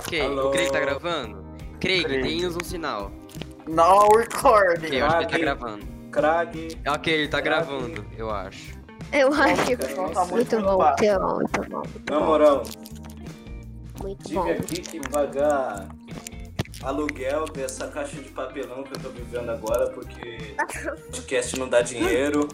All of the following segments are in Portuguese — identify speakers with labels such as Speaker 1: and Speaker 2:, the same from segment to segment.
Speaker 1: Ok,
Speaker 2: Alô?
Speaker 1: o Craig tá gravando? Craig,
Speaker 3: Craig.
Speaker 1: tem-nos um sinal.
Speaker 3: No recording.
Speaker 1: Ok, eu acho que ele tá
Speaker 2: Craig.
Speaker 1: gravando.
Speaker 2: Craig.
Speaker 1: Ok, ele tá
Speaker 2: Craig.
Speaker 1: gravando, eu acho.
Speaker 4: Eu acho que
Speaker 2: cara,
Speaker 3: não tá
Speaker 4: foi muito
Speaker 3: muito
Speaker 4: bom,
Speaker 3: baixo.
Speaker 4: muito bom, muito bom,
Speaker 2: Na moral,
Speaker 4: muito
Speaker 2: tive
Speaker 4: bom.
Speaker 2: aqui que pagar aluguel dessa caixa de papelão que eu tô vivendo agora, porque podcast não dá dinheiro.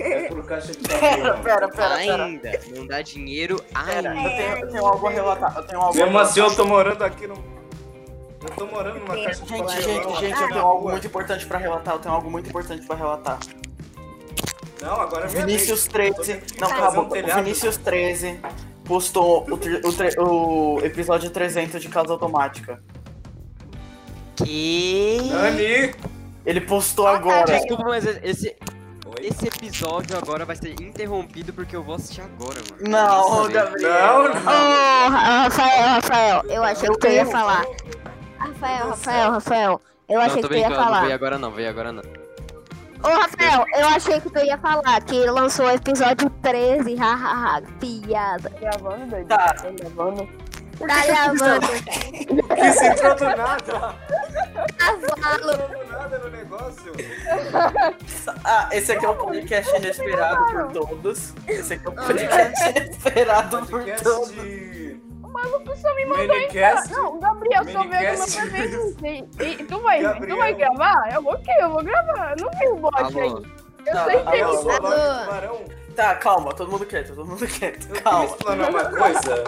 Speaker 2: É por caixa de
Speaker 3: Pera,
Speaker 2: papelão.
Speaker 3: pera, pera, pera.
Speaker 1: ainda, não dá dinheiro
Speaker 3: Pera,
Speaker 1: ainda.
Speaker 3: eu tenho, eu tenho algo a relatar. Eu tenho algo a
Speaker 2: Mesmo assim, eu
Speaker 3: relatar.
Speaker 2: tô morando aqui no. Eu tô morando numa caixa de papelão.
Speaker 3: Gente, gente, gente, eu tenho um algo muito importante pra relatar. Eu tenho algo muito importante pra relatar.
Speaker 2: Não, agora é minha
Speaker 3: Vinícius
Speaker 2: vez.
Speaker 3: 13.
Speaker 2: Tô fazendo
Speaker 3: Não, cala a
Speaker 2: um
Speaker 3: boca. O
Speaker 2: telhado.
Speaker 3: Vinícius 13 postou o, tre- o tre- o episódio 300 de Casa Automática.
Speaker 1: Que?
Speaker 2: Nani!
Speaker 3: Ele postou
Speaker 4: Ah,
Speaker 3: agora.
Speaker 4: gente.
Speaker 1: Desculpa, mas esse,
Speaker 2: Oi?
Speaker 1: esse episódio agora vai ser interrompido porque eu vou assistir agora, mano.
Speaker 3: Não,
Speaker 1: Nossa,
Speaker 3: Gabriel.
Speaker 2: Não,
Speaker 4: Ô, Ra- Rafael, Rafael, eu achei que tu ia falar. Rafael, Rafael, Rafael, eu
Speaker 1: Não,
Speaker 4: achei
Speaker 1: tô
Speaker 4: que tu ia
Speaker 1: brincando, não veio
Speaker 4: falar.
Speaker 1: agora não, veio agora não.
Speaker 4: Ô, Rafael, eu achei que tu ia falar que lançou o episódio 13, hahaha, piada. Gravando, doido?
Speaker 3: Tá.
Speaker 4: gravando? Tá gravando,
Speaker 2: Que se entrou do
Speaker 3: tá
Speaker 2: nada!
Speaker 4: cavalo.
Speaker 2: Entrou do nada no negócio!
Speaker 3: Ah, esse aqui é um podcast inesperado por todos. Esse aqui é um podcast inesperado por
Speaker 2: Podcast
Speaker 3: todos.
Speaker 2: de.
Speaker 5: O maluco só me mandou
Speaker 2: Minicast.
Speaker 5: entrar. Não, Gabriel, só veio aqui
Speaker 2: Minicast.
Speaker 5: uma pergunta. E, e tu vai,
Speaker 2: Gabriel.
Speaker 5: tu vai gravar? Eu ok, eu vou gravar. Eu não vi o bot
Speaker 1: Alô,
Speaker 5: aí. Eu sei
Speaker 3: Tá,
Speaker 5: que
Speaker 2: Alô,
Speaker 3: alô.
Speaker 2: sou o Lorde
Speaker 4: Alô.
Speaker 2: Tubarão.
Speaker 3: Tá, calma, todo mundo quieto, todo mundo quieto.
Speaker 2: Eu queria
Speaker 3: Calma.
Speaker 2: explanar uma é coisa.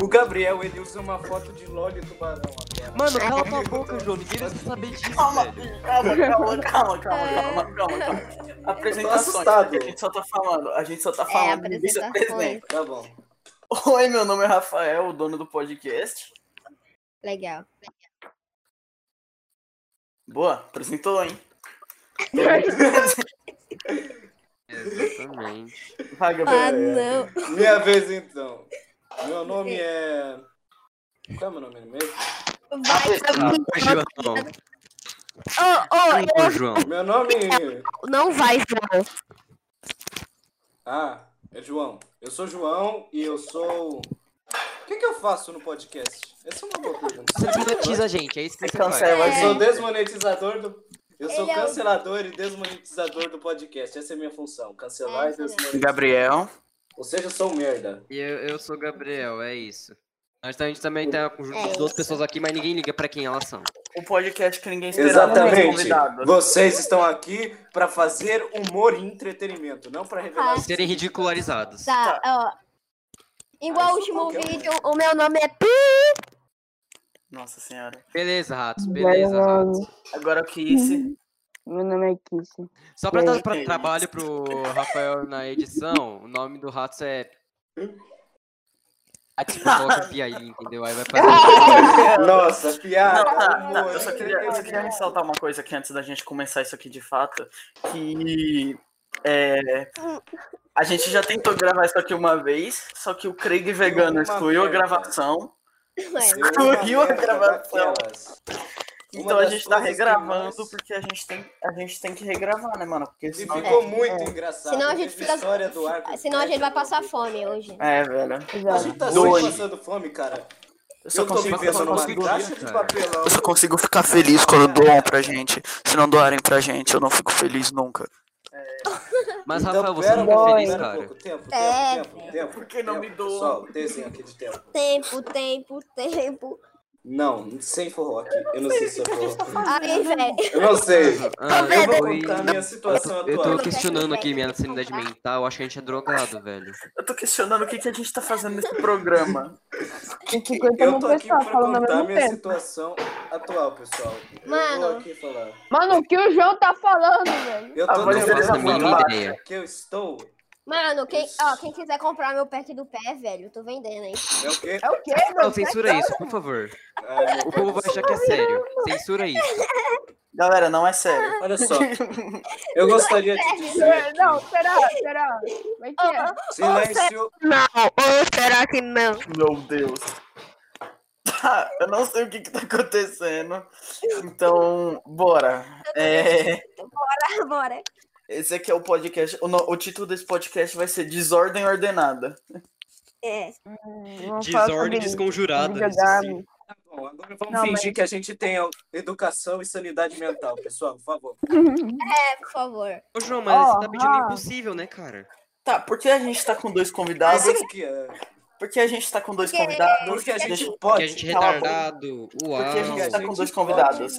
Speaker 2: O Gabriel, ele usa uma foto de Lorde Tubarão agora.
Speaker 1: Mano, cala tua boca, João. Ninguém precisa saber disso,
Speaker 3: Calma,
Speaker 1: velho.
Speaker 3: calma, calma, calma, calma,
Speaker 4: É.
Speaker 3: calma, calma, calma. Apresentações.
Speaker 2: assustado.
Speaker 3: A gente só tá falando, a gente só tá
Speaker 4: É,
Speaker 3: falando. Vinícius
Speaker 4: apresentações.
Speaker 3: 300.
Speaker 2: Tá bom.
Speaker 3: Oi, meu nome é Rafael, o dono do podcast.
Speaker 4: Legal.
Speaker 3: Boa, apresentou, hein?
Speaker 1: Exatamente.
Speaker 3: Vai,
Speaker 4: Ah,
Speaker 3: Gabriel.
Speaker 4: não.
Speaker 2: Minha vez então. Meu nome é. Qual é meu nome mesmo?
Speaker 4: Vai, Gabriel.
Speaker 1: Ah, João.
Speaker 4: Ô, ô,
Speaker 1: Ô, João.
Speaker 2: Meu nome. é-
Speaker 4: eu- não vai, João.
Speaker 2: Ah, é João. Eu sou João e eu sou. O que, que eu faço no podcast? Essa é uma boa pergunta.
Speaker 1: Você desmonetiza a gente, é isso que
Speaker 3: Você
Speaker 1: você
Speaker 3: cancela,
Speaker 2: Eu
Speaker 3: gente.
Speaker 2: sou desmonetizador do. Eu sou
Speaker 4: Ele é o-
Speaker 2: cancelador e desmonetizador do podcast. Essa é a minha função. Cancelar
Speaker 4: É,
Speaker 2: e
Speaker 4: isso mesmo.
Speaker 2: desmonetizar.
Speaker 3: Gabriel.
Speaker 2: Ou seja, eu sou um merda.
Speaker 1: E Eu, eu sou o Gabriel, é isso. A gente, a gente também tem um conjunto
Speaker 4: É
Speaker 1: de duas pessoas aqui, mas ninguém liga pra quem elas são.
Speaker 3: O podcast que ninguém esperava. ninguém
Speaker 2: Exatamente.
Speaker 3: convidado.
Speaker 2: Vocês estão aqui para fazer humor e entretenimento, não para revelar.
Speaker 4: Ah.
Speaker 1: Serem ridicularizados.
Speaker 4: Tá, ó. Igual
Speaker 2: Ah,
Speaker 4: o
Speaker 2: isso
Speaker 4: último
Speaker 2: qualquer um.
Speaker 4: vídeo, o meu nome é Pi.
Speaker 3: Nossa senhora.
Speaker 1: Beleza, ratos, beleza, ratos.
Speaker 3: Agora o Kiss.
Speaker 6: Meu nome é Kissy.
Speaker 1: Só pra dar
Speaker 2: é
Speaker 1: pra trabalho pro Rafael na edição, o nome do ratos é. Ah, tipo, coloca pi aí, entendeu? Aí vai fazer.
Speaker 2: Nossa, piada.
Speaker 3: é. Não, tá, tá.
Speaker 2: humor,
Speaker 3: Eu só queria, eu só queria ressaltar uma coisa aqui antes da gente começar isso aqui de fato. Que é, a gente já tentou gravar isso aqui uma vez, só que o Craig Vegano
Speaker 2: uma
Speaker 3: excluiu a
Speaker 2: merda.
Speaker 3: gravação.
Speaker 2: Eu sou uma
Speaker 3: Corriu a
Speaker 2: merda
Speaker 3: gravação.
Speaker 2: daquelas. Uma
Speaker 3: Então a
Speaker 2: das
Speaker 3: gente tá
Speaker 2: coisas que
Speaker 3: regravando
Speaker 2: mais-
Speaker 3: porque a gente tem, a gente tem que regravar, né, mano? Porque
Speaker 2: E
Speaker 3: senão...
Speaker 2: ficou muito engraçado.
Speaker 4: Senão a gente
Speaker 2: Teve
Speaker 4: fica-
Speaker 2: História do arco
Speaker 4: Ah, Senão a gente vai
Speaker 2: completo.
Speaker 4: passar fome hoje.
Speaker 3: É, velho.
Speaker 2: A gente tá
Speaker 3: Dois.
Speaker 2: sempre passando fome, cara.
Speaker 3: Eu
Speaker 2: Eu tô vivendo
Speaker 1: eu só
Speaker 2: numa
Speaker 1: consigo
Speaker 2: caixa
Speaker 1: rir,
Speaker 2: de
Speaker 1: cara.
Speaker 2: papelão.
Speaker 3: eu só consigo ficar feliz quando doam pra gente. Se não doarem pra gente, eu não fico feliz nunca.
Speaker 1: Mas,
Speaker 2: Então,
Speaker 1: Rafael, você
Speaker 2: pera
Speaker 1: não tá
Speaker 2: um
Speaker 1: feliz,
Speaker 2: pouco, pera um
Speaker 1: cara.
Speaker 2: pouco. Tempo,
Speaker 4: É.
Speaker 2: tempo, tempo, tempo.
Speaker 3: Por que não
Speaker 2: tempo,
Speaker 3: me doa?
Speaker 2: Pessoal, desenho aqui de tempo.
Speaker 4: Tempo, tempo, tempo.
Speaker 2: Não, sem forró aqui. Eu não sei se é forró.
Speaker 4: Ai, velho.
Speaker 2: Eu não sei.
Speaker 1: Ah,
Speaker 4: Tô
Speaker 2: Eu
Speaker 1: eu
Speaker 2: vou
Speaker 1: fui-
Speaker 2: contar a minha situação
Speaker 1: Eu tô
Speaker 2: atual.
Speaker 1: questionando aqui minha sanidade mental, acho que a gente é drogado, velho.
Speaker 3: Eu tô questionando o que, que a gente tá fazendo nesse programa.
Speaker 6: Tem
Speaker 5: tá
Speaker 6: 50
Speaker 2: Eu
Speaker 6: mil
Speaker 2: tô aqui pra
Speaker 6: pessoas falando ao
Speaker 2: contar a
Speaker 6: mesmo
Speaker 2: minha
Speaker 6: tempo.
Speaker 2: situação atual, pessoal. Eu
Speaker 4: Mano.
Speaker 2: tô aqui falar.
Speaker 5: Mano, o que o João tá falando, velho?
Speaker 2: Eu
Speaker 3: Ah,
Speaker 2: tô
Speaker 3: mas
Speaker 2: numa
Speaker 3: eu
Speaker 1: Não faço a
Speaker 3: vou
Speaker 1: mínima
Speaker 3: falar.
Speaker 1: ideia.
Speaker 2: que eu estou.
Speaker 4: Mano, quem, ó, quem quiser comprar meu pack do pé, velho, eu tô vendendo, hein?
Speaker 2: É o quê?
Speaker 5: É o quê,
Speaker 1: Não,
Speaker 5: meu?
Speaker 1: censura isso, por favor.
Speaker 2: Ai, meu
Speaker 1: O povo vai
Speaker 2: Deus do
Speaker 1: achar
Speaker 2: céu.
Speaker 1: que é sério. Censura isso.
Speaker 3: Galera, não é sério.
Speaker 2: Olha só. Eu gostaria de dizer.
Speaker 5: né? É, Não, será, será? Como é que é?
Speaker 2: que Silêncio.
Speaker 4: Não, ou será que não?
Speaker 3: Meu Deus. Tá, eu não sei o que, que tá acontecendo. Então, bora. É,
Speaker 4: Bora.
Speaker 3: esse aqui é o podcast. O, no- o título desse podcast vai ser Desordem Ordenada.
Speaker 4: É.
Speaker 6: Vamos falar
Speaker 1: Desordem
Speaker 6: sobre
Speaker 1: desconjurada. isso
Speaker 6: videogame.
Speaker 2: Tá bom, agora vamos
Speaker 6: Não,
Speaker 2: fingir que a gente tem educação e sanidade mental, pessoal, por favor.
Speaker 4: É, por favor.
Speaker 1: Ô, João, mas
Speaker 5: Ó,
Speaker 1: você tá pedindo
Speaker 5: ó.
Speaker 3: Ah.
Speaker 1: impossível, né, cara?
Speaker 3: Tá, por que a gente tá com dois convidados?
Speaker 2: Coisas que, é,
Speaker 3: Por que a gente tá com dois
Speaker 4: Porque-
Speaker 3: convidados?
Speaker 2: porque a
Speaker 3: Deixa-
Speaker 2: gente
Speaker 1: Porque
Speaker 2: pode.
Speaker 1: a gente é
Speaker 3: cala a
Speaker 1: retardado. Uau.
Speaker 3: Por que a gente tá com dois convidados?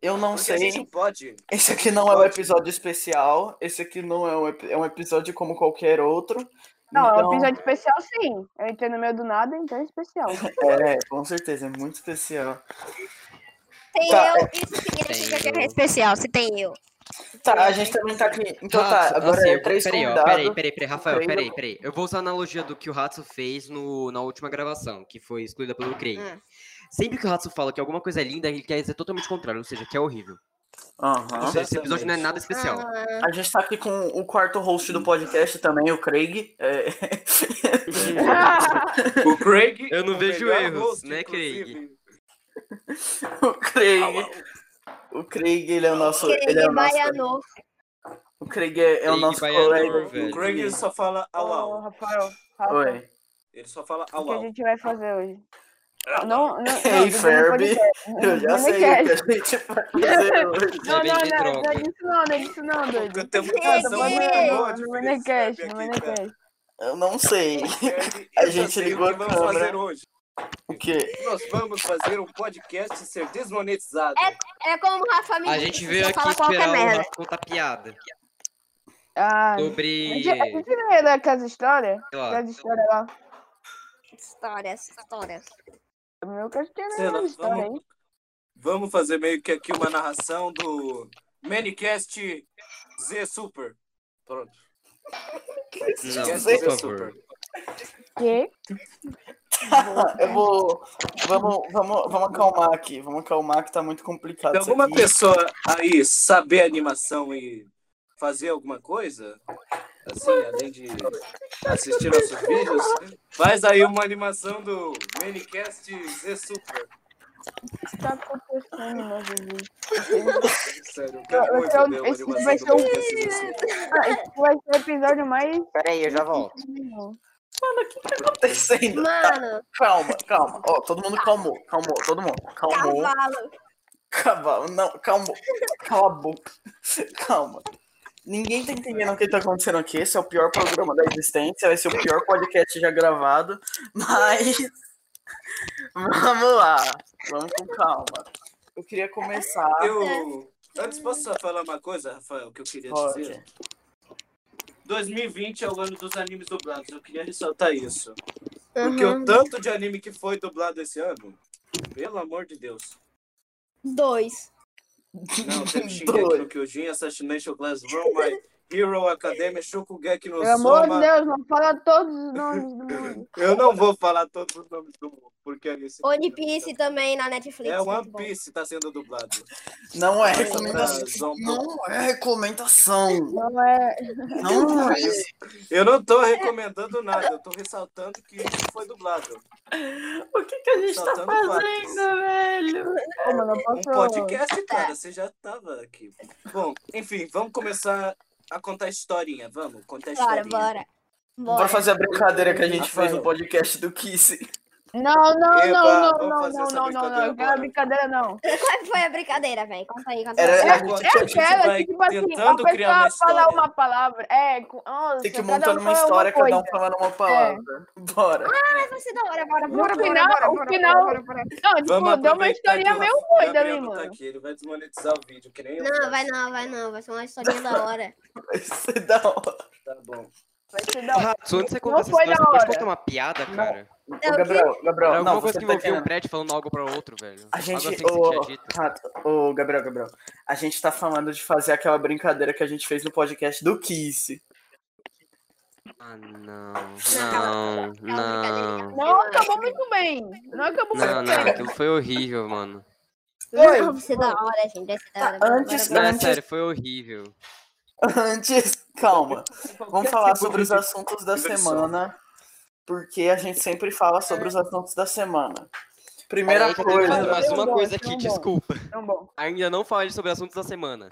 Speaker 3: Eu não
Speaker 2: Porque a gente
Speaker 3: sei.
Speaker 2: pode.
Speaker 3: Esse aqui não é um episódio especial. Esse aqui não é um, ep- é um episódio como qualquer outro.
Speaker 5: Não, é um
Speaker 3: Então,
Speaker 5: episódio especial sim. Eu entrei no meio do nada, então é especial.
Speaker 3: É, com certeza, é muito especial.
Speaker 4: Tem
Speaker 3: Tá,
Speaker 4: eu, isso significa
Speaker 1: Tem
Speaker 4: que é
Speaker 1: eu.
Speaker 4: especial, se tem eu.
Speaker 3: Tá, a gente também tá aqui. Então tá,
Speaker 1: Ratsu,
Speaker 3: agora
Speaker 1: assim,
Speaker 3: é
Speaker 1: eu-
Speaker 3: três
Speaker 1: peraí, ó,
Speaker 3: convidados.
Speaker 1: Peraí, peraí, peraí, Rafael,
Speaker 3: três-
Speaker 1: peraí, peraí. Eu vou usar a analogia do que o Ratsu fez no, na última gravação, que foi excluída pelo Craig.
Speaker 3: Ah.
Speaker 4: Hum.
Speaker 1: Sempre que o Ratsu fala que alguma coisa é linda, ele quer dizer totalmente o contrário, ou seja, que é horrível. Ou
Speaker 3: Aham.
Speaker 1: seja, esse episódio não é nada especial.
Speaker 3: A gente tá aqui com o quarto host do podcast também, o Craig. É...
Speaker 5: Ah,
Speaker 2: O Craig.
Speaker 1: Eu não
Speaker 2: o
Speaker 1: vejo
Speaker 2: melhor
Speaker 1: erros,
Speaker 2: host,
Speaker 1: né, Craig?
Speaker 2: inclusive.
Speaker 3: o
Speaker 1: Ah,
Speaker 3: Craig. O Craig, ele é o nosso. Ele é o nosso.
Speaker 4: baiano.
Speaker 3: O Craig é, é o
Speaker 1: Craig
Speaker 3: nosso
Speaker 1: Baiano,
Speaker 3: colega.
Speaker 1: velho.
Speaker 2: O Craig ele só fala au
Speaker 5: Ô,
Speaker 2: au.
Speaker 5: Rafael, Rafa,
Speaker 3: Oi.
Speaker 2: Ele só fala
Speaker 5: o
Speaker 2: au
Speaker 5: que a
Speaker 2: au.
Speaker 5: gente vai fazer hoje? Não, não, não.
Speaker 3: Ei,
Speaker 5: não,
Speaker 3: Ferb,
Speaker 5: não,
Speaker 3: eu já
Speaker 5: não
Speaker 3: sei o que a gente vai fazer hoje.
Speaker 5: Não,
Speaker 1: Bem,
Speaker 5: não,
Speaker 1: bem
Speaker 5: não, não
Speaker 1: droga.
Speaker 5: é disso não, não é disso não, doido.
Speaker 2: Eu tenho muita
Speaker 4: Ei,
Speaker 5: Não,
Speaker 2: razão,
Speaker 4: ei,
Speaker 2: muito
Speaker 4: ei,
Speaker 2: ódio
Speaker 5: No
Speaker 2: ver esse
Speaker 5: Manecast,
Speaker 2: Craig
Speaker 5: no
Speaker 2: aqui, cara.
Speaker 5: Manecast.
Speaker 3: Eu não sei.
Speaker 2: Craig,
Speaker 3: A
Speaker 2: eu já
Speaker 3: gente
Speaker 2: sei o
Speaker 3: ligou
Speaker 2: que
Speaker 3: a
Speaker 2: vamos
Speaker 3: câmera.
Speaker 2: fazer hoje.
Speaker 3: O quê?
Speaker 2: Nós vamos fazer um podcast e ser desmonetizado.
Speaker 4: É como o Rafa me
Speaker 3: Ah,
Speaker 1: A
Speaker 4: disse,
Speaker 1: gente
Speaker 4: você
Speaker 1: veio aqui
Speaker 4: fala qualquer
Speaker 1: esperar o
Speaker 4: merda.
Speaker 1: Ratsu contar piada
Speaker 5: Ah,
Speaker 3: é
Speaker 1: sobre...
Speaker 5: a gente lembra daquelas histórias?
Speaker 1: sei lá,
Speaker 5: Aquelas histórias lá.
Speaker 4: Histórias, histórias.
Speaker 5: Eu quero ter
Speaker 2: Sei lá,
Speaker 5: uma história aí.
Speaker 2: Vamos fazer meio que aqui uma narração do Manicast Z Super. Pronto.
Speaker 1: Não,
Speaker 2: Manicast
Speaker 1: por favor.
Speaker 5: Que?
Speaker 3: Eu vou. Vamos, vamos, vamos acalmar aqui. Vamos acalmar que tá muito complicado.
Speaker 2: Se
Speaker 3: isso
Speaker 2: alguma
Speaker 3: aqui.
Speaker 2: pessoa aí saber animação e fazer alguma coisa, assim, além de assistir nossos vídeos, faz aí uma animação do Manicast Z Super.
Speaker 5: O que tá acontecendo, né, meu Deus?
Speaker 2: Sério, eu quero muito
Speaker 5: Então,
Speaker 2: ver uma
Speaker 5: esse
Speaker 2: animação
Speaker 5: vai
Speaker 2: do
Speaker 5: ser um-
Speaker 2: Manicast Z Super.
Speaker 5: Ah, esse vai ser o episódio mais.
Speaker 3: Peraí, eu já volto. O que tá acontecendo?
Speaker 4: Mano,
Speaker 3: Calma, calma. Ó, todo mundo calmou. Calmou, todo mundo.
Speaker 1: Tá
Speaker 3: Calmou.
Speaker 4: cavalo.
Speaker 3: Cavalo, não, calma. Cala a boca. Calma. Ninguém tá entendendo o que tá acontecendo aqui. Esse é o pior programa da existência. Vai ser o pior podcast já gravado. Mas. Vamos lá. Vamos com calma. Eu queria começar.
Speaker 2: Eu... Antes, posso só falar uma coisa, Rafael, que eu queria
Speaker 3: Pode.
Speaker 2: dizer? 2020 é o ano dos animes dublados, eu queria ressaltar isso. Porque o tanto de anime que foi dublado esse ano, pelo amor de Deus.
Speaker 4: Uhum. Dois.
Speaker 2: Não, teve Shingeki
Speaker 3: Dois.
Speaker 2: no Kyojin, Assassination Classroom, My Hero Academia, Shokugeki no
Speaker 5: Pelo amor de
Speaker 2: Soma.
Speaker 5: Deus, não fala todos os nomes do mundo.
Speaker 2: Eu não vou falar todos os nomes do mundo, porque é isso.
Speaker 4: One Piece também na Netflix.
Speaker 2: É One
Speaker 4: muito bom.
Speaker 2: Piece tá sendo dublado.
Speaker 3: Não é
Speaker 2: Tá,
Speaker 3: recomendação.
Speaker 2: Zombo.
Speaker 3: Não é recomendação.
Speaker 5: Não é.
Speaker 3: Não é.
Speaker 2: Eu não tô recomendando nada, eu tô ressaltando que isso foi dublado.
Speaker 3: O que, que a gente tá
Speaker 2: Soltando fatos.
Speaker 3: fazendo, velho?
Speaker 5: Ô, mano, eu
Speaker 2: Um
Speaker 5: posso.
Speaker 2: podcast, cara, você já tava aqui. Bom, enfim, vamos começar a contar historinha, vamos, contar
Speaker 4: Bora,
Speaker 2: historinha.
Speaker 4: bora.
Speaker 3: Bora
Speaker 4: Bora.
Speaker 3: fazer a brincadeira que a gente fez no
Speaker 2: Rafael.
Speaker 3: podcast do Kiss.
Speaker 5: Não, não,
Speaker 2: Eba,
Speaker 5: não,
Speaker 2: vamos
Speaker 5: não,
Speaker 2: fazer
Speaker 5: não,
Speaker 2: essa
Speaker 5: não, não, não,
Speaker 2: brincadeira
Speaker 5: não. Eu quero
Speaker 2: agora.
Speaker 5: brincadeira, não.
Speaker 4: Qual é foi a brincadeira, velho? Conta aí, conta aí.
Speaker 3: Era, a
Speaker 5: É,
Speaker 3: gente-
Speaker 5: Eu
Speaker 2: Tipo, gente
Speaker 5: quero
Speaker 2: vai
Speaker 5: que, tipo assim, a
Speaker 2: tentando criar uma
Speaker 5: pessoa falar
Speaker 2: história.
Speaker 5: uma palavra. É, com- nossa,
Speaker 3: Tem que
Speaker 5: cada
Speaker 3: montar
Speaker 5: um
Speaker 3: uma
Speaker 5: fala
Speaker 3: história, cada um
Speaker 5: coisa. É.
Speaker 3: falando uma palavra. Bora.
Speaker 4: Ai, vai ser da hora, bora,
Speaker 5: No
Speaker 4: bora, bora,
Speaker 5: final,
Speaker 4: bora.
Speaker 5: o final. Não, tipo, deu uma
Speaker 2: aproveitar que
Speaker 5: historinha
Speaker 2: o
Speaker 5: meio
Speaker 2: Rafael
Speaker 5: doida
Speaker 2: Gabriel
Speaker 5: ali,
Speaker 2: não tá
Speaker 5: mano.
Speaker 2: aqui, ele vai desmonetizar o vídeo, que nem eu.
Speaker 4: Não,
Speaker 2: faço.
Speaker 4: vai não, vai não. Vai ser uma historinha da hora.
Speaker 3: Vai ser é da hora.
Speaker 2: Tá bom.
Speaker 5: Vai ser da hora.
Speaker 2: Ah,
Speaker 1: Ratsu, antes de você contar essa
Speaker 5: foi
Speaker 1: história,
Speaker 5: da
Speaker 1: você pode
Speaker 5: hora.
Speaker 1: contar uma piada, cara?
Speaker 3: Ô,
Speaker 4: o
Speaker 3: Gabriel,
Speaker 1: Era
Speaker 3: Gabriel,
Speaker 1: alguma
Speaker 3: não,
Speaker 1: coisa
Speaker 3: você
Speaker 1: que
Speaker 3: tá
Speaker 1: envolvia um
Speaker 3: querendo...
Speaker 1: prédio falando algo pra outro, velho.
Speaker 3: A gente...
Speaker 1: Algo assim que você
Speaker 3: Ô,
Speaker 1: tinha dito.
Speaker 3: Rato, ô, Gabriel, Gabriel. A gente tá falando de fazer aquela brincadeira que a gente fez no podcast do Kiss.
Speaker 1: Ah, não. Não, não.
Speaker 5: Não acabou muito bem. Não acabou
Speaker 1: Não,
Speaker 5: muito
Speaker 1: não,
Speaker 5: bem.
Speaker 1: aquilo foi horrível, mano.
Speaker 3: Oi,
Speaker 4: Não, vai ser da hora, gente. Vai ser da hora.
Speaker 3: Tá,
Speaker 4: bora,
Speaker 3: antes-
Speaker 4: bora,
Speaker 1: Não, é
Speaker 3: Antes-
Speaker 1: sério, foi horrível.
Speaker 3: antes, calma. Vamos falar sobre os
Speaker 2: assuntos.
Speaker 3: assuntos da
Speaker 2: diversão.
Speaker 3: semana, porque a gente sempre fala sobre os assuntos da semana. Primeira
Speaker 1: Peraí que É, eu tenho que
Speaker 3: coisa,
Speaker 1: fazer mais
Speaker 5: eu
Speaker 1: uma
Speaker 5: gosto,
Speaker 1: coisa
Speaker 5: eu
Speaker 1: aqui,
Speaker 5: gosto.
Speaker 1: desculpa.
Speaker 5: Então, bom.
Speaker 1: Ainda não falei sobre assuntos da semana.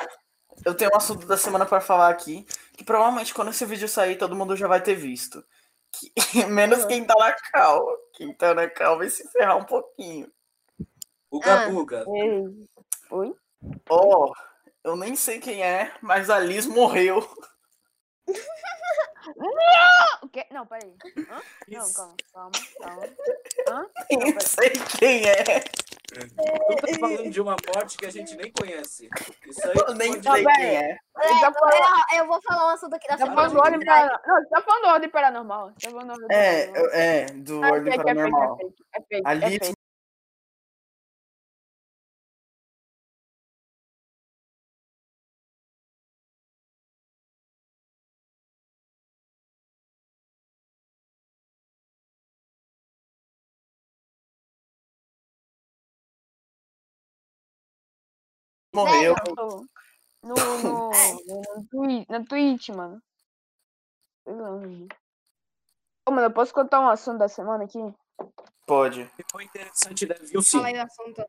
Speaker 3: eu tenho um assunto da semana pra falar aqui, que provavelmente quando esse vídeo sair todo mundo já vai ter visto, que- menos quem tá na cal. Quem tá na cal vai se ferrar um pouquinho.
Speaker 2: O
Speaker 3: Ah.
Speaker 2: Gabuga.
Speaker 6: Oi?
Speaker 3: Ó, eu nem sei quem é, mas a Liz morreu.
Speaker 5: Não! O quê? Não, peraí. Hã? Não, calma, calma, calma. Hã?
Speaker 3: Nem sei quem é.
Speaker 2: Tu tá falando de uma morte que a gente nem conhece. Isso aí
Speaker 3: Eu nem sei
Speaker 5: peraí.
Speaker 3: quem é.
Speaker 5: Ele tá falando-
Speaker 4: Eu vou falar um assunto aqui da
Speaker 5: tá
Speaker 4: semana.
Speaker 5: falando ordem paranormal. Não, você tá falando ordem paranormal. Você Tá falando ordem
Speaker 3: É,
Speaker 5: paranormal.
Speaker 3: eu- é, do
Speaker 5: Ah,
Speaker 3: Ordem
Speaker 5: fake, fake,
Speaker 3: Paranormal.
Speaker 5: fake, É fake,
Speaker 3: A
Speaker 5: é
Speaker 3: Liz
Speaker 5: fake.
Speaker 3: morreu.
Speaker 5: No, no, no, twi- na Twitch, mano. Foi longe. Ô, mano, eu posso contar um assunto da semana aqui?
Speaker 3: Pode.
Speaker 2: foi interessante, né? Viu sim.
Speaker 4: Fala aí o assunto.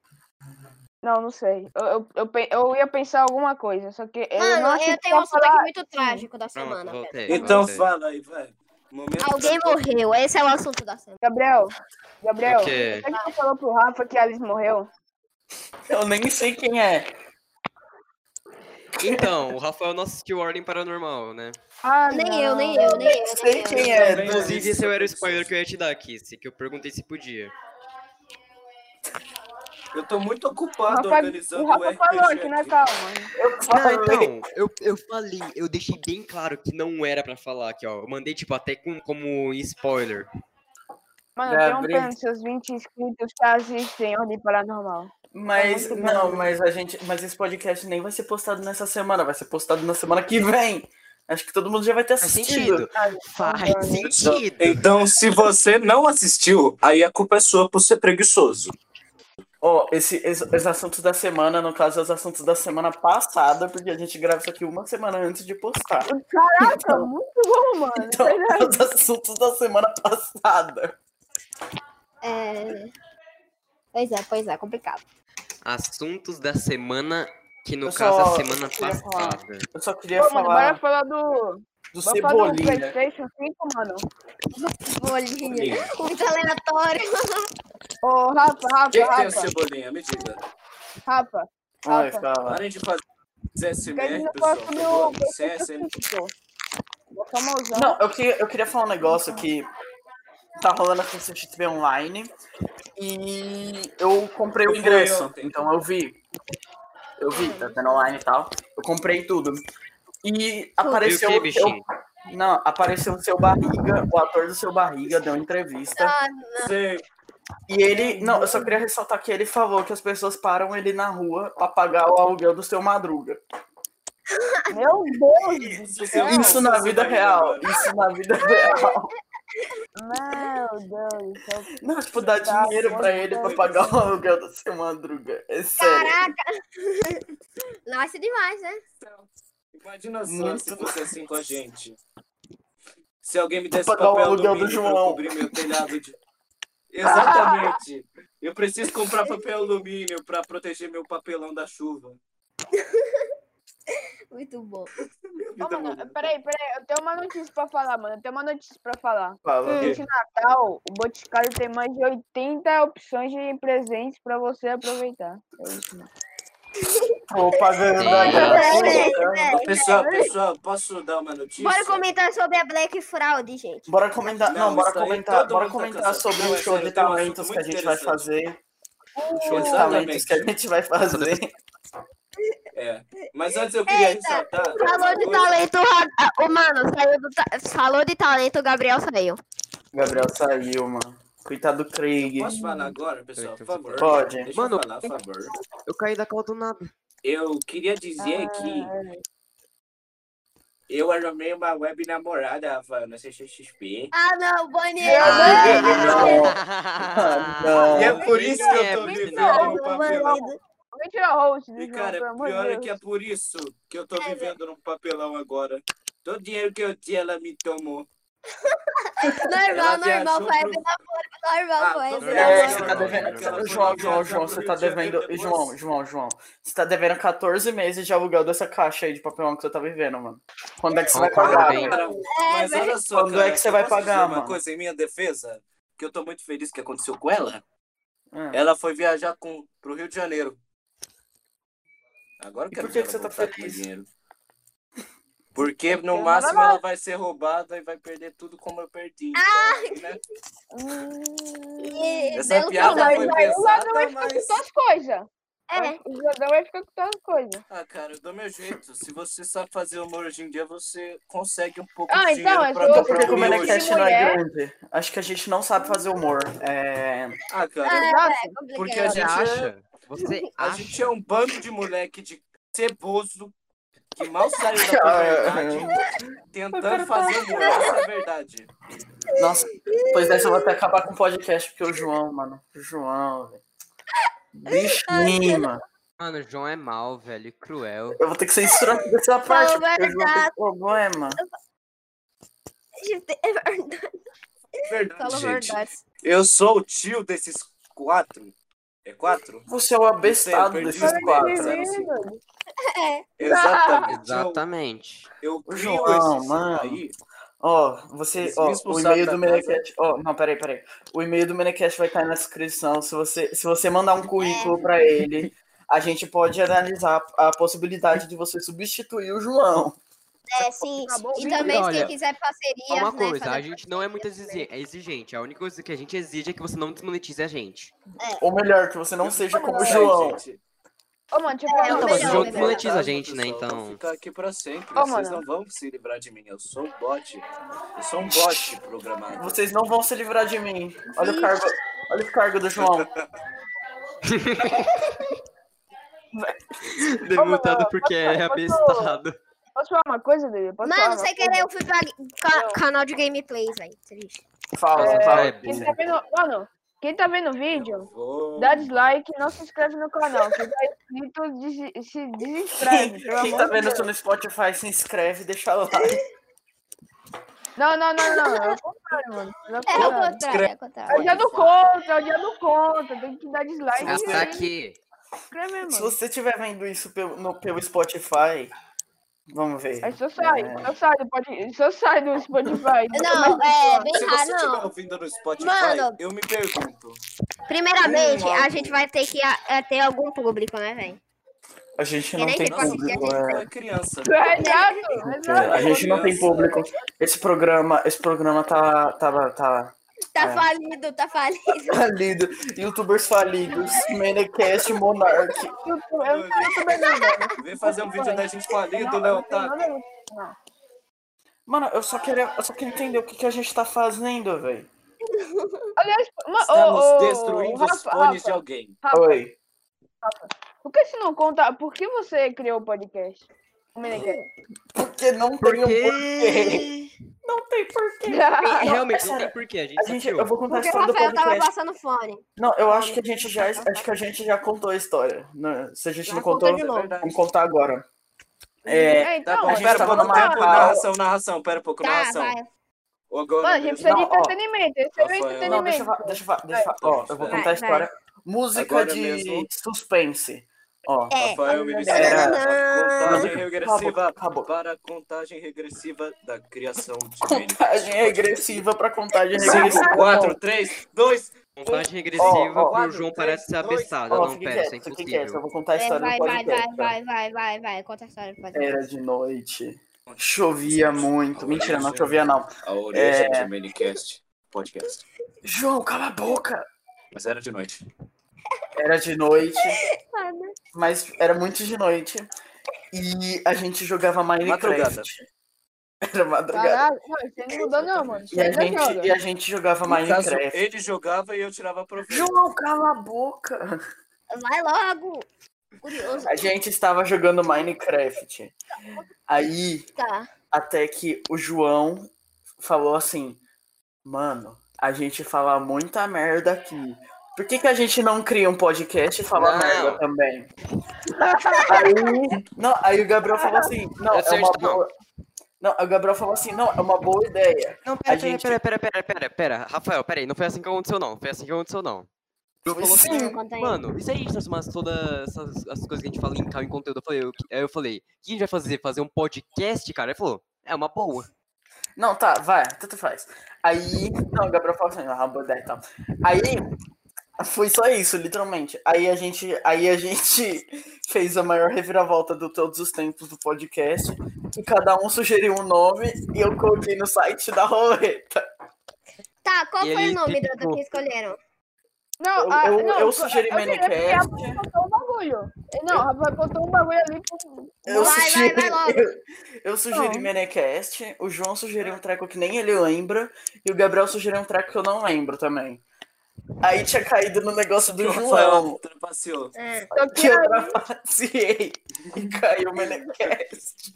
Speaker 5: Não, não sei. Eu, eu, eu, pe- eu ia pensar alguma coisa, só que eu não
Speaker 4: Mano,
Speaker 5: achei
Speaker 4: eu
Speaker 5: que
Speaker 4: tenho um
Speaker 5: ia
Speaker 4: assunto aqui
Speaker 5: falar.
Speaker 4: muito trágico da
Speaker 1: Pronto,
Speaker 4: semana. velho.
Speaker 1: voltei.
Speaker 2: Então
Speaker 1: voltei.
Speaker 2: fala aí, vai. Momento
Speaker 4: Alguém morreu, esse é o assunto da semana.
Speaker 5: Gabriel, Gabriel,
Speaker 1: O quê?
Speaker 5: sabe que tu falou pro Rafa que a Alice morreu?
Speaker 3: Eu nem sei quem é.
Speaker 1: Então, o Rafael não assistiu Ordem Paranormal, né?
Speaker 5: Ah,
Speaker 4: Nem eu, nem eu, nem eu.
Speaker 3: Eu
Speaker 4: nem
Speaker 3: sei
Speaker 4: eu.
Speaker 3: quem é.
Speaker 2: Também
Speaker 3: do-
Speaker 1: Inclusive, esse eu era o spoiler que eu ia te dar, Kiss, que eu perguntei se podia.
Speaker 2: Eu tô muito
Speaker 5: O
Speaker 2: ocupado
Speaker 5: Rafa,
Speaker 2: organizando
Speaker 5: o
Speaker 2: o
Speaker 5: Rafa
Speaker 2: RPG
Speaker 5: falou aqui, né?
Speaker 2: aqui.
Speaker 5: Calma.
Speaker 3: Eu
Speaker 1: Não,
Speaker 3: falei.
Speaker 1: então, eu, eu falei, eu deixei bem claro que não era pra falar aqui, ó. Eu mandei, tipo, até com, como spoiler.
Speaker 5: Mano, eu tenho um
Speaker 3: Gabriel.
Speaker 5: pena dos seus 20 inscritos que assistem Ordem Paranormal.
Speaker 3: Mas
Speaker 5: Tá muito
Speaker 3: não,
Speaker 5: bom.
Speaker 3: mas a gente, mas esse podcast nem vai ser postado nessa semana, vai ser postado na semana que vem. Acho que todo mundo já vai ter
Speaker 1: Faz sentido.
Speaker 3: assistido.
Speaker 1: Faz sentido.
Speaker 2: Então, se você não assistiu, aí a culpa é sua por ser preguiçoso.
Speaker 3: Ó, esse, es- os assuntos da semana, no caso, os assuntos da semana passada, porque a gente grava isso aqui uma semana antes de postar.
Speaker 5: Caraca, muito bom, mano.
Speaker 3: Então, os assuntos da semana passada.
Speaker 4: É... Pois é, pois é, complicado.
Speaker 1: Assuntos da semana, que no
Speaker 3: Eu
Speaker 1: caso é
Speaker 3: só-
Speaker 1: a semana
Speaker 3: eu queria falar.
Speaker 1: passada.
Speaker 3: Eu só queria
Speaker 5: Pô, mano, bora
Speaker 3: falar
Speaker 5: falar do.
Speaker 3: do
Speaker 5: Bora falar do
Speaker 3: Cebolinha.
Speaker 5: um PlayStation 5, mano.
Speaker 4: Bolinha. Muito aleatório.
Speaker 5: Ô, Rafa, Rafa,
Speaker 2: Quem tem o
Speaker 5: Rafa,
Speaker 2: cebolinha? Me diga.
Speaker 5: Rafa.
Speaker 3: Ai,
Speaker 5: Rafa.
Speaker 3: cara.
Speaker 2: Parem de fazer
Speaker 5: Quer
Speaker 2: SMR,
Speaker 5: dizer,
Speaker 2: pessoal.
Speaker 5: eu
Speaker 2: por
Speaker 5: meu
Speaker 2: favor. CSM.
Speaker 5: Vou tomar o zão.
Speaker 3: Não, eu queria, eu queria falar um negócio que tá rolando a CCXP online e eu comprei o
Speaker 2: Eu fui
Speaker 3: ingresso,
Speaker 2: ontem.
Speaker 3: então eu vi. Eu vi, tá tendo online e tal. Eu comprei tudo. E apareceu
Speaker 1: Viu que,
Speaker 3: o seu,
Speaker 1: bichinho?
Speaker 3: Não, apareceu o seu barriga, o ator do seu barriga deu entrevista.
Speaker 2: Sei,
Speaker 3: E ele. Não, eu só queria ressaltar que ele falou que as pessoas param ele na rua pra pagar o aluguel do seu madruga.
Speaker 5: Meu Deus!
Speaker 2: isso é um
Speaker 3: Isso na
Speaker 2: assassino
Speaker 3: vida
Speaker 2: ainda,
Speaker 3: real.
Speaker 2: mano.
Speaker 3: Isso na vida real.
Speaker 5: Meu Deus então. do céu.
Speaker 3: Não, tipo, dá
Speaker 5: Dá
Speaker 3: dinheiro pra ele pra
Speaker 5: conta.
Speaker 3: pagar o aluguel do seu Madruga. É sério.
Speaker 4: Caraca. Nossa, demais, né?
Speaker 2: Imagina só
Speaker 3: Muito.
Speaker 2: é se fosse assim com a gente. Se alguém me desse
Speaker 3: Vou pagar o
Speaker 2: papel
Speaker 3: aluguel do
Speaker 2: alumínio pra eu
Speaker 3: João.
Speaker 2: cobrir meu telhado de... Exatamente. Eu preciso comprar papel alumínio pra proteger meu papelão da chuva.
Speaker 4: Muito bom.
Speaker 2: Minha
Speaker 5: Ô,
Speaker 2: vida
Speaker 5: mano,
Speaker 2: mudou.
Speaker 5: peraí, peraí. Eu tenho uma notícia pra falar, mano. Eu tenho uma notícia pra falar.
Speaker 3: Fala.
Speaker 2: Tipo,
Speaker 5: Durante o
Speaker 4: né?
Speaker 5: Natal, Tá, o Boticário tem mais de 80 opções de presentes pra você aproveitar. É
Speaker 3: Propaganda.
Speaker 1: Sim.
Speaker 3: gratuita.
Speaker 4: Velho,
Speaker 2: Pessoal, pessoal, posso dar uma notícia?
Speaker 4: Bora comentar sobre a Black Fraud, gente.
Speaker 3: Bora comentar. Não,
Speaker 2: Não,
Speaker 3: bora
Speaker 2: isso aí
Speaker 3: comentar.
Speaker 2: todo
Speaker 3: Bora
Speaker 2: mundo tá
Speaker 3: comentar
Speaker 2: cansado.
Speaker 3: sobre
Speaker 2: Não,
Speaker 3: o
Speaker 2: é
Speaker 3: show
Speaker 2: sério,
Speaker 3: de
Speaker 2: tem um assunto
Speaker 3: talentos que a
Speaker 2: muito
Speaker 3: gente vai
Speaker 2: interessante.
Speaker 3: fazer. O show de
Speaker 2: Exatamente.
Speaker 3: talentos que a gente vai fazer.
Speaker 2: É. Mas antes eu queria
Speaker 4: Eita,
Speaker 2: ressaltar.
Speaker 4: Falou de
Speaker 2: Coisa-
Speaker 4: talento, ra- ah, o mano, saiu do ta- falou de talento, o Gabriel saiu.
Speaker 3: Gabriel saiu, mano. Coitado do Craig.
Speaker 2: Posso falar agora, pessoal?
Speaker 5: então,
Speaker 2: Por favor.
Speaker 3: Pode.
Speaker 2: Deixa
Speaker 1: Mano,
Speaker 2: eu falar, por favor.
Speaker 1: Eu caí da cala do nada.
Speaker 2: Eu queria dizer
Speaker 5: Ah,
Speaker 2: que.
Speaker 5: é.
Speaker 2: Eu arrumei uma web namorada, Rafael, na CXXP.
Speaker 4: Ah, não, Bonnie.
Speaker 3: Não. Ah,
Speaker 1: Ah,
Speaker 3: não. E é
Speaker 2: por isso que eu tô
Speaker 4: Não,
Speaker 2: vivendo
Speaker 4: é meu
Speaker 2: papelão.
Speaker 4: marido.
Speaker 5: Mentira, host,
Speaker 2: E,
Speaker 5: do João,
Speaker 2: cara,
Speaker 5: pelo amor
Speaker 2: pior
Speaker 5: de
Speaker 2: é
Speaker 5: Deus.
Speaker 2: que é por isso que eu tô vivendo num papelão agora. Todo dinheiro que eu tinha, ela me tomou. Ela
Speaker 4: Normal,
Speaker 2: viajou
Speaker 4: normal,
Speaker 2: pro-
Speaker 4: foi bem normal, foi
Speaker 2: Ah, normal.
Speaker 3: É,
Speaker 4: bem namoro.
Speaker 3: você tá devendo. João, João, João, você tá devendo. João, João, João. Você tá devendo 14 meses de aluguel dessa caixa aí de papelão que você tá vivendo, mano. Quando é que você vai
Speaker 7: Concordo
Speaker 3: pagar?
Speaker 7: bem.
Speaker 2: Ah, Cara,
Speaker 5: É,
Speaker 4: é,
Speaker 2: Mas olha só,
Speaker 3: Quando
Speaker 2: cara,
Speaker 3: é que você vai
Speaker 2: posso dizer
Speaker 3: pagar,
Speaker 2: uma
Speaker 3: mano?
Speaker 2: coisa em minha defesa, que eu tô muito feliz que aconteceu com ela.
Speaker 3: Ah.
Speaker 2: Ela foi viajar com, pro Rio de Janeiro. Agora eu
Speaker 3: E
Speaker 2: quero
Speaker 3: por que
Speaker 2: ver
Speaker 3: que
Speaker 2: ela
Speaker 3: você tá
Speaker 2: voltar com
Speaker 3: feliz?
Speaker 2: dinheiro. Porque no
Speaker 5: não
Speaker 2: máximo
Speaker 5: vai.
Speaker 2: ela vai ser roubada e vai perder tudo como eu perdi. então, né?
Speaker 4: E-
Speaker 2: Essa
Speaker 4: Belo
Speaker 2: piada
Speaker 4: trabalho.
Speaker 2: foi
Speaker 5: O ladrão Hum. vai
Speaker 2: pesada,
Speaker 5: ficar
Speaker 2: mas.
Speaker 5: com todas as coisas.
Speaker 4: É,
Speaker 5: O ladrão vai ficar com todas as coisas.
Speaker 2: Ah, cara, eu dou meu jeito. Se você sabe fazer humor hoje em dia, você consegue um pouco
Speaker 5: Ah,
Speaker 2: de
Speaker 5: então,
Speaker 2: dinheiro
Speaker 5: é
Speaker 2: pra
Speaker 5: jogo,
Speaker 2: comprar
Speaker 3: Então,
Speaker 2: um
Speaker 3: porque
Speaker 5: Pra
Speaker 3: o
Speaker 5: mim,
Speaker 2: miojo.
Speaker 3: Menecast não é
Speaker 5: mulher-
Speaker 3: grande. Acho que a gente não sabe fazer humor. É...
Speaker 2: Ah, cara,
Speaker 5: Exato.
Speaker 2: porque a gente
Speaker 4: complicado.
Speaker 1: Você
Speaker 2: é
Speaker 1: acha? Você
Speaker 2: A
Speaker 1: acha?
Speaker 2: gente é um bando de moleque de ceboso que mal saiu da
Speaker 3: Cara,
Speaker 2: puberdade tentando fazer humor. Essa é a verdade.
Speaker 3: Nossa, depois dessa eu vou até acabar com o podcast, porque o João, mano. O João, velho. Bichinho, mano.
Speaker 7: Mano, o João é mal, velho. e Cruel.
Speaker 3: Eu vou ter que censurar toda essa parte,
Speaker 4: Não,
Speaker 3: porque o João tem problema.
Speaker 4: É verdade.
Speaker 2: Verdade,
Speaker 4: Fala a
Speaker 2: gente.
Speaker 4: verdade.
Speaker 2: Eu sou o tio desses quatro. É quatro?
Speaker 3: Você é o abestado
Speaker 2: Eu perdi
Speaker 3: desses
Speaker 2: os
Speaker 3: quatro.
Speaker 2: dedos, era assim.
Speaker 4: É.
Speaker 2: Exatamente.
Speaker 7: Exatamente.
Speaker 2: Eu, eu
Speaker 3: O
Speaker 2: crio
Speaker 3: João,
Speaker 2: esses
Speaker 3: mano.
Speaker 2: aí.
Speaker 3: Ó, você.
Speaker 2: Eles me
Speaker 3: Ó, o
Speaker 2: expulsaram
Speaker 3: e-mail
Speaker 2: da
Speaker 3: do
Speaker 2: casa.
Speaker 3: Menecast. Ó, não, peraí, peraí. O e-mail do Menecast vai estar na descrição. Se você, se você mandar um currículo pra ele, a gente pode analisar a possibilidade de você substituir o João.
Speaker 2: tá
Speaker 4: É, sim.
Speaker 5: Acabou o
Speaker 4: E
Speaker 5: vídeo,
Speaker 4: também, se
Speaker 7: olha,
Speaker 4: quem quiser né,
Speaker 7: Só
Speaker 4: parceria.
Speaker 7: uma coisa, a gente não é muito exi- exigente. A única coisa que a gente exige é que você não desmonetize a gente.
Speaker 3: Ou melhor, que você não seja como o João.
Speaker 2: Gente,
Speaker 5: Ô, mano, deixa eu falar
Speaker 4: É,
Speaker 5: uma
Speaker 4: não,
Speaker 7: mas
Speaker 5: coisa.
Speaker 7: o
Speaker 4: melhor,
Speaker 7: jogo
Speaker 4: né,
Speaker 7: desmonetiza a
Speaker 2: verdade,
Speaker 7: gente, né?
Speaker 2: pessoal, eu Vou
Speaker 7: Então.
Speaker 2: ficar aqui pra sempre.
Speaker 5: Ô,
Speaker 2: Vocês
Speaker 5: mano.
Speaker 2: não vão se livrar de mim. Eu sou um bot. Eu sou um bot programado.
Speaker 3: Vocês não vão se livrar de mim. Olha o cargo, olha o cargo do João.
Speaker 5: Demutado
Speaker 7: porque é
Speaker 5: abestado. Posso falar uma coisa, David? Posso falar
Speaker 4: Mano,
Speaker 5: uma
Speaker 4: sem
Speaker 5: coisa?
Speaker 4: querer, eu fui pra li- ca- canal de gameplays, velho. Triste.
Speaker 3: Fala,
Speaker 5: É,
Speaker 3: fala.
Speaker 5: Quem tá vendo... Mano, quem tá vendo o vídeo,
Speaker 2: Vou-
Speaker 5: dá dislike e não se inscreve no canal. Quem tá inscrito, des- se desinscreve. pelo
Speaker 3: Quem
Speaker 5: amor
Speaker 3: tá
Speaker 5: de
Speaker 3: vendo
Speaker 5: Deus.
Speaker 3: isso no Spotify, se inscreve e deixa o like.
Speaker 5: Não, não, não, não. É o contrário, mano. É o
Speaker 4: É o
Speaker 5: contrário.
Speaker 4: contrário, é o contrário.
Speaker 5: É o dia do contra, é o dia do contra. Tem que dar dislike
Speaker 3: Se você-
Speaker 5: e se
Speaker 7: Ataque!
Speaker 5: inscrever,
Speaker 3: Se
Speaker 5: mano.
Speaker 3: você estiver vendo isso pelo, no- pelo Spotify, vamos ver. É,
Speaker 5: Aí se eu saio, se eu saio, pode... se eu saio do Spotify.
Speaker 4: Não, é
Speaker 2: Se
Speaker 4: bem
Speaker 2: você
Speaker 4: raro,
Speaker 2: estiver
Speaker 4: não.
Speaker 2: ouvindo no Spotify,
Speaker 4: Mano.
Speaker 2: eu me pergunto.
Speaker 5: Tipo
Speaker 4: Primeiramente,
Speaker 2: Hum,
Speaker 4: a
Speaker 2: algo.
Speaker 4: gente vai ter que a- é, ter algum público, né, velho?
Speaker 3: A gente
Speaker 4: Eu
Speaker 3: não
Speaker 4: nem
Speaker 3: tem
Speaker 4: sei
Speaker 5: assim,
Speaker 4: qual que é,
Speaker 3: público.
Speaker 4: gente.
Speaker 3: é.
Speaker 2: É criança.
Speaker 5: Exato, exato.
Speaker 3: É, A gente não tem
Speaker 2: Criança.
Speaker 3: público. Esse programa, esse programa tá, tá, tá
Speaker 4: Tá
Speaker 3: É.
Speaker 4: falido, tá falido.
Speaker 3: falido. Youtubers falidos, Menecast, Monark.
Speaker 5: Eu não tô sabendo nada.
Speaker 2: Vem fazer um vídeo da gente
Speaker 3: é
Speaker 2: falido,
Speaker 5: Não,
Speaker 2: Léo
Speaker 5: não tem
Speaker 2: Tá?
Speaker 5: nada a ver.
Speaker 3: Mano, eu só queria, eu só queria entender o que, que a gente tá fazendo, velho.
Speaker 5: Aliás, ma-
Speaker 2: Estamos
Speaker 5: ô, ô,
Speaker 2: destruindo
Speaker 5: Rafa,
Speaker 2: os fones de
Speaker 5: Rafa,
Speaker 2: alguém.
Speaker 5: Rafa,
Speaker 3: Oi.
Speaker 5: Por que você não conta? Por que você criou o podcast? O Menecast?
Speaker 3: Porque não
Speaker 7: Por
Speaker 3: tem um porquê.
Speaker 7: quê?
Speaker 3: Não tem porquê.
Speaker 7: É, Realmente, não
Speaker 3: Sério.
Speaker 7: tem porquê. A gente,
Speaker 3: A
Speaker 7: só
Speaker 3: gente,
Speaker 7: criou.
Speaker 3: eu vou contar a
Speaker 4: Porque o
Speaker 3: história um do
Speaker 4: Rafael tava
Speaker 3: podcast.
Speaker 4: passando fone.
Speaker 3: Não, eu acho que a gente já, acho que a gente já contou a história. né? Se a gente não
Speaker 4: Já contou
Speaker 3: contou,
Speaker 4: de novo.
Speaker 3: vamos contar agora. É,
Speaker 5: É,
Speaker 2: Tá
Speaker 5: então,
Speaker 2: bom,
Speaker 3: a gente
Speaker 2: pera um
Speaker 3: tava
Speaker 2: pouco,
Speaker 3: numa
Speaker 2: tempo,
Speaker 3: aula.
Speaker 2: narração, narração, pera um pouco,
Speaker 4: Tá,
Speaker 2: narração.
Speaker 4: vai.
Speaker 2: Agora
Speaker 5: mano, a
Speaker 2: mesmo.
Speaker 5: gente precisa de
Speaker 3: Não, ó.
Speaker 5: entretenimento. Esse é o
Speaker 2: Rafael.
Speaker 5: entretenimento.
Speaker 3: não, deixa eu falar, deixa eu falar, deixa eu falar. Ó, eu vou
Speaker 2: Vai,
Speaker 3: contar a
Speaker 4: vai.
Speaker 3: história. Música
Speaker 2: Agora
Speaker 3: de
Speaker 2: mesmo.
Speaker 3: suspense. Ó,
Speaker 4: É.
Speaker 2: Rafael
Speaker 3: Era-
Speaker 2: iniciando a contagem
Speaker 3: acabou,
Speaker 2: regressiva
Speaker 3: acabou.
Speaker 2: para a contagem regressiva da criação de
Speaker 3: Contagem regressiva é pra contagem regressiva.
Speaker 2: 5, 4, 3, 2,
Speaker 7: Contagem regressiva
Speaker 3: ó,
Speaker 2: quatro,
Speaker 7: pro João
Speaker 2: três,
Speaker 7: parece ser
Speaker 2: dois,
Speaker 7: abestado.
Speaker 3: Ó,
Speaker 7: Não,
Speaker 3: fiquem
Speaker 7: pera, isso é
Speaker 3: quietos, fiquem quietos, eu
Speaker 7: impossível.
Speaker 3: vou contar a
Speaker 4: É,
Speaker 3: história do
Speaker 4: vai, vai, vai,
Speaker 3: podcast. tá?
Speaker 4: vai, vai, vai, vai. Conta a história do podcast.
Speaker 3: Era de noite. Chovia muito. Mentira, não chovia não.
Speaker 2: a origem
Speaker 3: É.
Speaker 2: do Manicast podcast.
Speaker 3: João, cala a boca!
Speaker 2: Mas era de noite.
Speaker 3: Era de noite, mas era muito de noite. E a gente jogava Minecraft.
Speaker 2: Madrugada.
Speaker 3: Era madrugada.
Speaker 2: tá
Speaker 5: Caralho, não, isso aí não mudou não, mano. Isso
Speaker 3: E a,
Speaker 5: aí não
Speaker 3: gente,
Speaker 5: joga.
Speaker 3: e a gente jogava
Speaker 2: No caso,
Speaker 3: Minecraft.
Speaker 2: ele jogava e eu tirava proveito.
Speaker 3: João, cala a boca!
Speaker 4: Vai logo. Curioso.
Speaker 3: A gente estava jogando Minecraft. Aí,
Speaker 4: Tá.
Speaker 3: até que o João falou assim: Mano, a gente fala muita merda aqui. Por que, que a gente não cria um podcast e fala
Speaker 7: Não.
Speaker 3: merda também? aí, não, aí o Gabriel falou assim: Não,
Speaker 7: Eu
Speaker 3: é
Speaker 7: sei
Speaker 3: uma
Speaker 7: onde tá, não.
Speaker 3: boa. Não, o Gabriel falou assim, não, é uma boa ideia.
Speaker 1: Não, pera,
Speaker 3: A gente-
Speaker 1: pera, pera, pera, pera, pera. Rafael, pera aí, não foi assim que aconteceu, não. Foi assim que aconteceu, não. Eu
Speaker 3: Foi
Speaker 1: falou assim,
Speaker 3: sim.
Speaker 4: Conta aí.
Speaker 1: Mano, e se a gente transformasse todas essas as coisas que a gente fala em, ca- em conteúdo? Eu falei, eu, aí eu falei, o que a gente vai fazer? Fazer um podcast, cara? Ele falou, é uma boa.
Speaker 3: Não, tá, vai, tanto faz. Aí, não, o Gabriel falou assim, ah, boa ideia e tal. Aí, foi só isso, literalmente. Aí a gente, aí a gente fez a maior reviravolta de todos os tempos do podcast, que cada um sugeriu um nome e eu coloquei no site da roleta.
Speaker 4: Tá, qual
Speaker 1: E
Speaker 4: foi
Speaker 1: ele
Speaker 4: o nome
Speaker 3: tipo,
Speaker 4: do,
Speaker 1: ficou.
Speaker 4: do que escolheram?
Speaker 5: Não,
Speaker 3: Eu-
Speaker 5: ah,
Speaker 3: eu-
Speaker 5: não,
Speaker 3: eu sugeri
Speaker 5: queria-
Speaker 3: Minecraft.
Speaker 5: Rafael botou um bagulho. Não, Rafael botou um bagulho ali. pro-
Speaker 3: Eu
Speaker 4: Vai, vai,
Speaker 3: sugeri,
Speaker 4: vai logo.
Speaker 3: Eu, eu sugeri Menecast, o João sugeriu um treco que nem ele lembra, e o Gabriel sugeriu um treco que eu não lembro também. Aí tinha caído no negócio do
Speaker 2: Rafael
Speaker 3: João,
Speaker 2: trapaceou.
Speaker 4: É.
Speaker 3: que eu trapaceei, e caiu o Menecast.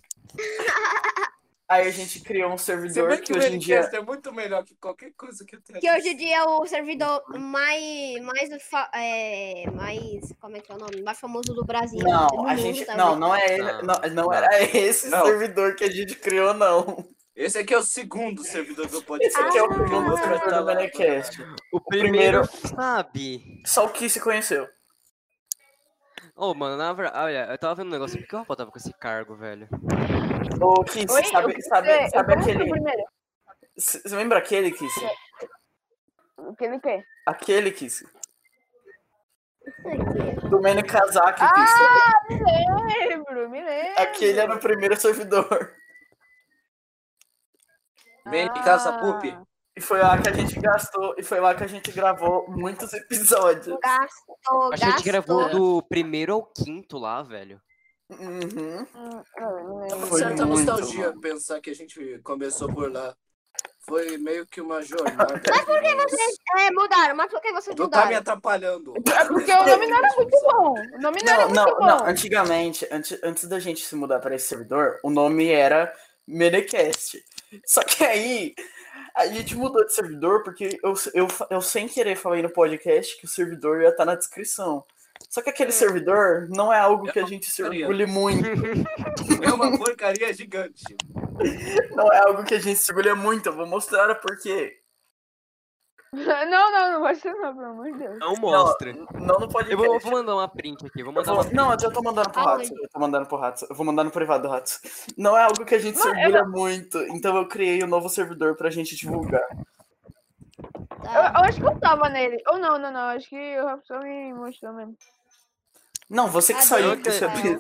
Speaker 3: Aí a gente criou um
Speaker 2: Se
Speaker 3: servidor
Speaker 2: bem
Speaker 3: que,
Speaker 2: que o
Speaker 3: hoje em dia...
Speaker 2: Manicast é muito melhor que qualquer coisa que eu tenha.
Speaker 4: Que hoje em dia é o servidor mais. mais, fa- é, mais como é que é o nome? Mais famoso do Brasil. do
Speaker 3: Não, a
Speaker 4: assim, mundo tá
Speaker 3: gente...
Speaker 4: também.
Speaker 3: Não, não é ele,
Speaker 1: Não,
Speaker 3: não, não
Speaker 1: não.
Speaker 3: era esse
Speaker 2: Não.
Speaker 3: servidor que a gente criou, não.
Speaker 2: Esse aqui é o segundo servidor do podcast.
Speaker 3: Esse aqui é o
Speaker 4: Ah.
Speaker 3: segundo servidor do Menecast.
Speaker 1: O
Speaker 3: primeiro-
Speaker 1: primeiro, sabe?
Speaker 3: Só o que se conheceu.
Speaker 1: Ô, mano, na verdade, olha, eu tava vendo um negócio, por que o Rafael tava com esse cargo, velho?
Speaker 3: Ô, Kiss,
Speaker 5: Oi,
Speaker 3: sabe,
Speaker 5: eu-
Speaker 3: sabe,
Speaker 5: é, eu
Speaker 3: sabe
Speaker 5: pergunto
Speaker 3: aquele.
Speaker 5: primeiro.
Speaker 3: C- Você lembra aquele, Kiss?
Speaker 5: Aquele quê?
Speaker 3: Aquele, Kiss.
Speaker 4: Ai, que- é.
Speaker 3: Do Manny Kazak,
Speaker 5: Ah,
Speaker 3: Kiss.
Speaker 5: Lembro, me lembro.
Speaker 3: Aquele era o primeiro servidor.
Speaker 2: Vem em casa, Pupi.
Speaker 3: E foi lá que a gente gastou, e foi lá que a gente gravou muitos episódios.
Speaker 4: Gastou,
Speaker 1: Acho que a gente
Speaker 4: gastou.
Speaker 1: gravou do primeiro ao quinto lá, velho.
Speaker 3: Uhum.
Speaker 2: Uma
Speaker 3: Foi
Speaker 2: certa
Speaker 3: muito,
Speaker 2: nostalgia pensar que a gente começou por lá. Foi meio que uma jornada. Mas por que você
Speaker 4: É, mudaram, mas por que vocês
Speaker 3: Então
Speaker 2: não tá me
Speaker 4: mudaram?
Speaker 2: atrapalhando?
Speaker 5: Porque o nome não era muito bom. O nome não, era
Speaker 3: Não,
Speaker 5: muito
Speaker 3: não,
Speaker 5: bom.
Speaker 3: não. Antigamente, antes, antes da gente se mudar para esse servidor, o nome era Menecast. Só que aí a gente mudou de servidor porque eu, eu, eu sem querer falei no podcast que o servidor ia estar na descrição. Só que aquele servidor Hum. não é algo que a gente se
Speaker 2: porcaria.
Speaker 3: orgulhe muito.
Speaker 2: É uma porcaria gigante.
Speaker 3: Não é algo que a gente se orgulha muito. Eu vou mostrar porque.
Speaker 5: Não, não, não gosto não, pelo amor de Deus.
Speaker 1: Não mostra.
Speaker 3: Não no podcast.
Speaker 1: eu vou, vou mandar uma print aqui, vou
Speaker 3: Eu
Speaker 1: mandar
Speaker 3: vou-
Speaker 1: uma
Speaker 3: Não, eu já tô mandando pro Ratos. Eu tô mandando pro Ratos. Eu vou mandar no privado do Ratos. Não é algo que a gente se
Speaker 5: Mano, eu
Speaker 3: orgulha muito. Então eu criei um novo servidor pra gente divulgar.
Speaker 5: Eu,
Speaker 4: Tá.
Speaker 5: eu acho que eu tava nele. Ou não, não, não. Acho que o Rapsol me mostrou mesmo.
Speaker 3: Não, você que
Speaker 4: Ah,
Speaker 3: saiu
Speaker 1: não,
Speaker 3: do
Speaker 1: que-
Speaker 3: servidor.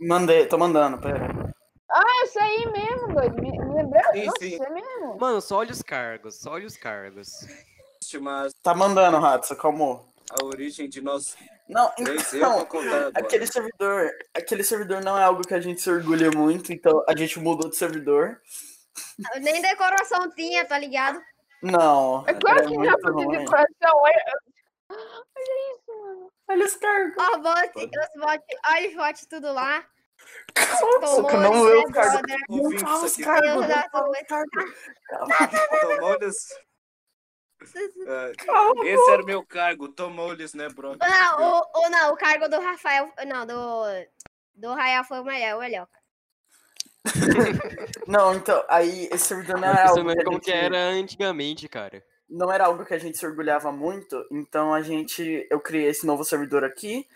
Speaker 3: Mandei, tô mandando, pera.
Speaker 5: Ah, eu saí mesmo, doido. Me, me lembrei?
Speaker 2: Sim,
Speaker 5: Nossa,
Speaker 2: sim.
Speaker 5: é mesmo.
Speaker 1: Mano, só olha os cargos, só olha os cargos.
Speaker 2: Mas
Speaker 3: Tá mandando, Ratos, calmou.
Speaker 2: a origem de nós
Speaker 3: Não,
Speaker 2: três eu vou
Speaker 3: então.
Speaker 2: contar agora.
Speaker 3: Aquele servidor, aquele servidor não é algo que a gente se orgulha muito, então a gente mudou de servidor.
Speaker 4: Nem decoração tinha, tá ligado?
Speaker 3: Não.
Speaker 5: É claro
Speaker 3: era
Speaker 5: que já
Speaker 3: muito
Speaker 5: foi
Speaker 3: ruim.
Speaker 5: de coração. é, Olha,
Speaker 3: Olha os cargos.
Speaker 4: Ó, o bot, os bot, olha os bot tudo lá.
Speaker 3: Só que eu não
Speaker 4: Tomou
Speaker 3: leu
Speaker 5: é
Speaker 4: esse
Speaker 3: os cargos.
Speaker 4: brother.
Speaker 2: Ouvinte,
Speaker 3: Não fala os
Speaker 2: isso aqui.
Speaker 3: cargos,
Speaker 4: Eu
Speaker 3: não
Speaker 4: já tô
Speaker 3: fala os
Speaker 4: vendo.
Speaker 3: cargos.
Speaker 2: Tomou-lhes. É, Esse era o meu cargo, tomou-lhes, né, bro?
Speaker 4: Não, o, o, não, o cargo do Rafael. Não, do. Do Rafael foi o melhor, o melhor.
Speaker 3: Não, então, aí esse servidor não
Speaker 1: Eu
Speaker 3: era
Speaker 1: tô
Speaker 3: algo
Speaker 1: pensando
Speaker 3: que a
Speaker 1: como que
Speaker 3: gente-
Speaker 1: era antigamente, cara.
Speaker 3: não era algo que a gente se orgulhava muito, então a gente eu criei esse novo servidor aqui,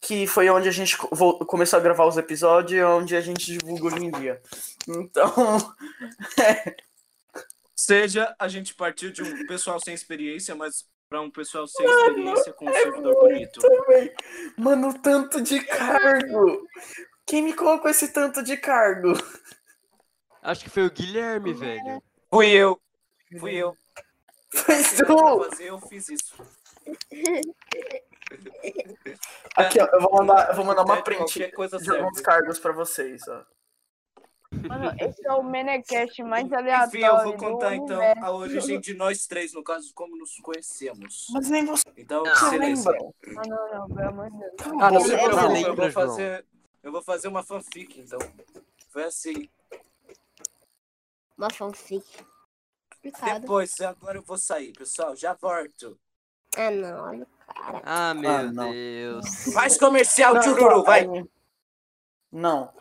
Speaker 3: que foi onde a gente co- vo- começou a gravar os episódios e é onde a gente divulga hoje em dia. Então,
Speaker 2: Ou seja, a gente partiu de um pessoal sem experiência, mas pra um pessoal sem experiência com um servidor bonito.
Speaker 3: também, mano, o tanto de cargo. Quem me colocou esse tanto de cargo?
Speaker 1: Acho que foi o Guilherme, velho.
Speaker 2: Fui eu. Fui eu.
Speaker 3: Foi
Speaker 2: Se eu não
Speaker 3: tu.
Speaker 2: fazer, Tipo, eu fiz isso.
Speaker 3: Aqui, ó, eu vou mandar, eu vou mandar uma
Speaker 2: Qualquer
Speaker 3: print
Speaker 2: coisa
Speaker 3: de alguns
Speaker 2: serve.
Speaker 3: cargos pra vocês, ó.
Speaker 5: Mano, esse é o Menecast mais aleatório.
Speaker 2: Enfim, eu vou
Speaker 5: do
Speaker 2: contar então
Speaker 5: universo.
Speaker 2: a origem de nós três, no caso, como nos conhecemos.
Speaker 3: Mas nem você
Speaker 2: Então,
Speaker 1: Não.
Speaker 2: silêncio.
Speaker 3: lembra.
Speaker 5: Ah, não, não, pelo amor de Deus.
Speaker 3: Cala a
Speaker 1: Ah, não, você
Speaker 3: boca,
Speaker 2: Eu,
Speaker 1: não
Speaker 3: É, não.
Speaker 2: vou-
Speaker 1: lembra,
Speaker 2: eu vou
Speaker 1: João.
Speaker 2: fazer, eu vou fazer uma fanfic, então. Foi assim.
Speaker 4: Uma fanfic. Complicado.
Speaker 2: Depois, agora eu vou sair, pessoal. Já volto.
Speaker 4: Ah, não, olha.
Speaker 1: Ah, meu
Speaker 3: Ah, não.
Speaker 1: Deus.
Speaker 2: Faz comercial,
Speaker 3: Não,
Speaker 2: Tchururu,
Speaker 3: não,
Speaker 2: vai.
Speaker 3: aí- Não.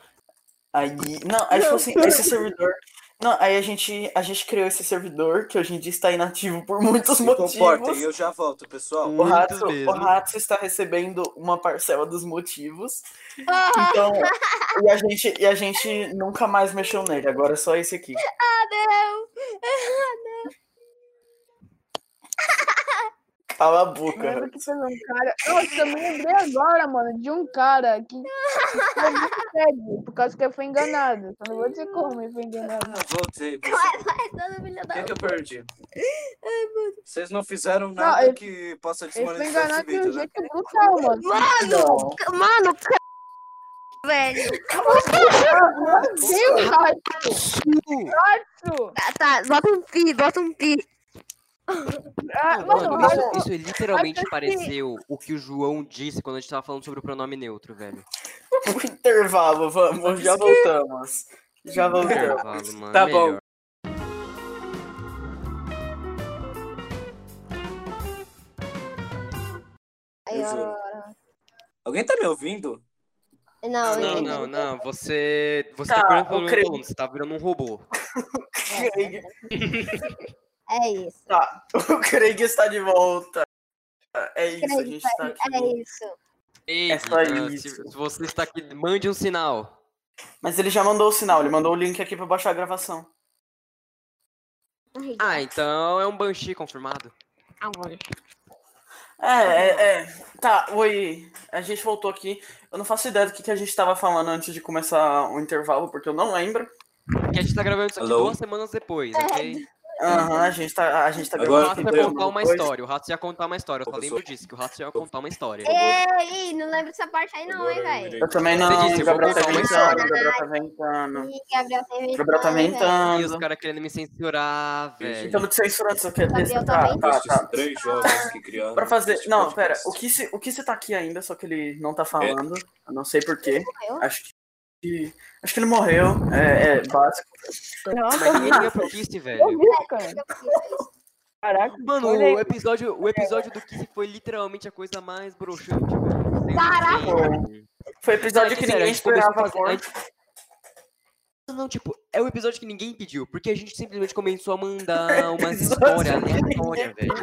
Speaker 3: Aí, não, aí tipo assim, esse servidor. Não, aí a gente, a gente criou esse servidor que hoje em dia está inativo por muitos
Speaker 2: Se
Speaker 3: motivos.
Speaker 2: comportem, eu já volto, pessoal.
Speaker 3: O Ratsu,
Speaker 1: Muitos mesmo.
Speaker 3: o Ratsu está recebendo uma parcela dos motivos. Então, e, a gente, e a gente nunca mais mexeu nele. Agora é só esse aqui.
Speaker 4: Não.
Speaker 3: Cala a
Speaker 5: Eu
Speaker 3: boca.
Speaker 5: lembro que teve um cara. Nossa, eu me lembrei agora, mano, de um cara que ficou muito sério, por causa que ele foi enganado. Eu não vou dizer como ele foi enganado. não.
Speaker 2: Voltei, pessoal.
Speaker 4: Vai, vai, dona filha
Speaker 2: O que,
Speaker 4: da.
Speaker 2: que eu perdi? Vocês não fizeram
Speaker 5: Não,
Speaker 2: nada
Speaker 5: ele-
Speaker 2: que possa
Speaker 5: Ele foi
Speaker 2: desmonetizar esse
Speaker 5: enganado de um
Speaker 2: vídeo, né?
Speaker 5: jeito brutal, mano.
Speaker 3: Não.
Speaker 4: Mano! c- um- Mano, c- velho.
Speaker 5: Meu Deus, Ratsu!
Speaker 4: Tá, tá, bota um pi, bota um pi.
Speaker 5: Ah, mano,
Speaker 1: Mano,
Speaker 5: Ratsu,
Speaker 1: isso, isso literalmente
Speaker 5: assim-
Speaker 1: pareceu o que o João disse quando a gente tava falando sobre o pronome neutro, velho.
Speaker 3: Pro intervalo, vamos. Já voltamos. Já voltamos.
Speaker 1: Intervalo, mano,
Speaker 2: Tá
Speaker 1: melhor.
Speaker 2: bom.
Speaker 4: Aí,
Speaker 2: Eu
Speaker 4: ó,
Speaker 2: juro. Alguém tá me ouvindo?
Speaker 4: Não,
Speaker 1: Não,
Speaker 4: eu-
Speaker 1: não, não. Você. Você
Speaker 3: Tá,
Speaker 1: tá, perdendo
Speaker 3: eu
Speaker 1: pelo meu
Speaker 3: creio.
Speaker 1: volume, você tá virando um robô.
Speaker 4: É isso.
Speaker 3: Tá, o Craig está de volta. É isso, a gente está
Speaker 4: É
Speaker 3: aqui.
Speaker 4: isso.
Speaker 1: Ei,
Speaker 3: É só
Speaker 1: Guiga,
Speaker 3: isso.
Speaker 1: Se, se você está aqui, mande um sinal.
Speaker 3: Mas ele já mandou o sinal, ele mandou o link aqui pra baixar a gravação.
Speaker 1: Ah, então é um Banshee confirmado.
Speaker 3: É, é, é. Tá, oi. A gente voltou aqui. Eu não faço ideia do que, que a gente tava falando antes de começar o intervalo, porque eu não lembro.
Speaker 1: Porque a gente tá gravando isso aqui
Speaker 2: Alô?
Speaker 1: duas semanas depois, ok?
Speaker 3: Aham, a gente tá, a gente tá
Speaker 1: O
Speaker 2: Agora
Speaker 3: gravando
Speaker 1: Rato
Speaker 3: aqui
Speaker 1: vai
Speaker 2: eu-
Speaker 3: dois
Speaker 1: contar uma
Speaker 3: minutos.
Speaker 1: história. O Rato ia contar uma história. Eu só
Speaker 2: Professor.
Speaker 1: lembro disso, que o Rato ia contar uma história.
Speaker 4: Ei, É, não lembro dessa parte aí não,
Speaker 2: Agora
Speaker 4: hein,
Speaker 2: eu
Speaker 4: velho.
Speaker 2: virei.
Speaker 3: Eu também não,
Speaker 1: Você disse, eu vou
Speaker 3: Gabriel tá
Speaker 1: contar uma
Speaker 3: inventando,
Speaker 4: história.
Speaker 3: Gabriel tá inventando.
Speaker 4: Ih, Gabriel tá inventando.
Speaker 3: Gabriel tá
Speaker 4: hein,
Speaker 1: E
Speaker 4: velho.
Speaker 1: os
Speaker 3: inventando.
Speaker 1: caras querendo me censurar, velho.
Speaker 3: Estamos te censurando, só que é
Speaker 4: Gabriel
Speaker 3: desse.
Speaker 4: tá
Speaker 3: Tá,
Speaker 4: bem.
Speaker 3: tá,
Speaker 2: Estes
Speaker 3: tá.
Speaker 2: três jovens que criaram.
Speaker 3: Pra fazer.
Speaker 2: este
Speaker 3: Não, pera.
Speaker 2: podcast.
Speaker 3: O que, se, o que se tá aqui ainda, só que ele não tá falando. Eu não sei porquê.
Speaker 4: Morreu?
Speaker 3: Acho que. Acho que ele morreu. É, é básico.
Speaker 5: não,
Speaker 1: Mas
Speaker 5: eu vi,
Speaker 1: ninguém liga pro Kiss,
Speaker 5: eu
Speaker 1: velho.
Speaker 5: vi, cara. Caraca,
Speaker 1: Mano,
Speaker 5: Olha aí.
Speaker 1: o episódio, o episódio do Kiss foi literalmente a coisa mais broxante, velho.
Speaker 4: Caraca!
Speaker 3: Foi episódio
Speaker 1: Sério,
Speaker 3: que
Speaker 1: é sério, a
Speaker 3: ninguém
Speaker 1: gente começou a
Speaker 3: esperava
Speaker 1: fazer- a
Speaker 3: agora.
Speaker 1: gente- Não, não, tipo, é o episódio que ninguém pediu, porque a gente simplesmente começou a
Speaker 3: É
Speaker 1: mandar umas histórias aleatórias, velho.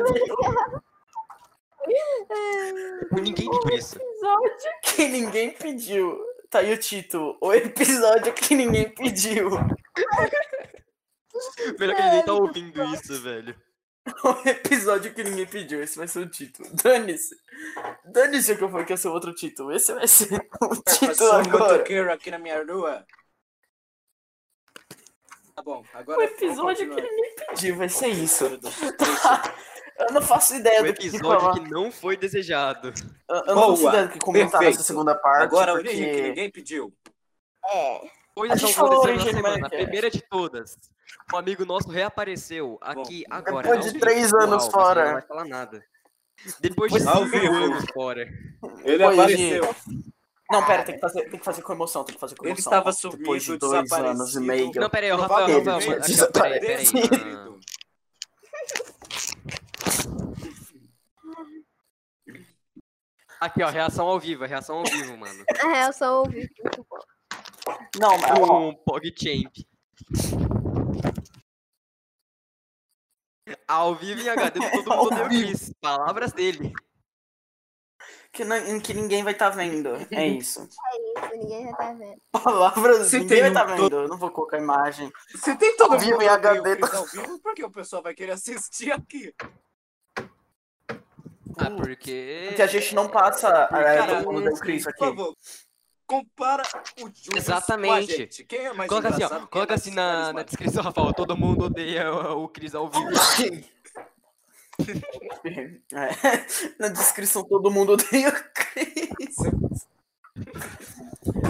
Speaker 1: Tipo, Ninguém pediu isso.
Speaker 5: é-
Speaker 3: episódio que ninguém pediu. Tá aí o título. O episódio que ninguém pediu.
Speaker 1: Melhor que ninguém tá ouvindo isso, velho.
Speaker 3: O episódio que ninguém pediu. Esse vai ser o título. Dane-se. Dane-se o que eu falei que ia ser outro título. Esse vai ser o título
Speaker 2: Passou um
Speaker 3: agora.
Speaker 2: motoqueiro aqui na minha rua. Tá bom, agora.
Speaker 3: O episódio que
Speaker 2: vamos continuar.
Speaker 3: ninguém pediu. Vai ser isso.
Speaker 2: Meu Deus.
Speaker 3: Eu não faço ideia
Speaker 1: O
Speaker 3: do que
Speaker 1: um episódio
Speaker 3: falar.
Speaker 1: que não foi desejado.
Speaker 3: Eu eu não faço
Speaker 2: Boa.
Speaker 3: ideia do que comentar
Speaker 2: Perfeito.
Speaker 3: nessa segunda parte.
Speaker 2: Agora o link que
Speaker 3: porque...
Speaker 2: ninguém pediu.
Speaker 1: Coisas
Speaker 3: É. gente
Speaker 1: aconteceram
Speaker 3: falou né,
Speaker 1: na
Speaker 3: origem
Speaker 1: semana. A
Speaker 3: Minecraft.
Speaker 1: primeira de todas. Um amigo nosso reapareceu aqui agora.
Speaker 3: é depois
Speaker 1: ao
Speaker 3: de
Speaker 1: vivo,
Speaker 3: três
Speaker 1: uau,
Speaker 3: anos
Speaker 1: você
Speaker 3: fora.
Speaker 1: Não vai falar nada. Depois de
Speaker 3: Pois
Speaker 2: ao
Speaker 1: cinco
Speaker 2: vivo.
Speaker 1: anos fora.
Speaker 2: Ele
Speaker 3: Oi,
Speaker 2: apareceu.
Speaker 3: Não, pera, tem que, fazer, tem que fazer com emoção, tem que fazer com
Speaker 2: Ele
Speaker 3: emoção.
Speaker 2: estava
Speaker 3: Depois de
Speaker 2: sumido,
Speaker 3: dois anos e
Speaker 2: desaparecido.
Speaker 3: meio.
Speaker 1: Não, pera aí, o Rafael,
Speaker 2: Provavelmente
Speaker 1: Rafael, mano. Aqui, ó, peraí, peraí.
Speaker 3: desaparecido.
Speaker 1: ah.
Speaker 2: Desaparecido.
Speaker 1: Aqui, ó, reação ao vivo, é reação ao vivo, mano.
Speaker 4: Na real, só ouvi. Muito bom.
Speaker 3: Não, mas ó,
Speaker 1: Um PogChamp. Ao vivo em HD, todo
Speaker 3: Ao
Speaker 1: mundo deu
Speaker 3: vivo.
Speaker 1: Chris. Palavras dele.
Speaker 3: que, não- em que ninguém vai estar vendo. É
Speaker 2: Uhum.
Speaker 3: isso.
Speaker 4: Isso, ninguém já tá vendo.
Speaker 3: Palavras,
Speaker 2: Se
Speaker 3: ninguém
Speaker 2: tem
Speaker 3: vai estar
Speaker 2: um
Speaker 3: vendo. Eu não vou colocar imagem.
Speaker 2: Se tem todo
Speaker 3: Ao vivo
Speaker 2: mundo
Speaker 3: em
Speaker 2: que odeia o
Speaker 3: HD.
Speaker 2: Chris ao vivo, por que o pessoal vai querer assistir aqui?
Speaker 1: Ah, porque.
Speaker 3: Hum. Porque a gente não passa é,
Speaker 1: Cara,
Speaker 3: todo mundo o Chris
Speaker 2: Por
Speaker 3: aqui.
Speaker 2: favor, compara o Júlio com a
Speaker 1: Exatamente.
Speaker 2: gente. Quem é mais
Speaker 1: Coloca assim, ó.
Speaker 2: engraçado, quem
Speaker 1: Coloca
Speaker 2: é mais
Speaker 1: assim na, na
Speaker 2: carismático?
Speaker 1: descrição, Rafael. Todo mundo odeia o o Chris ao vivo.
Speaker 3: É, Na descrição todo mundo odeia o Chris.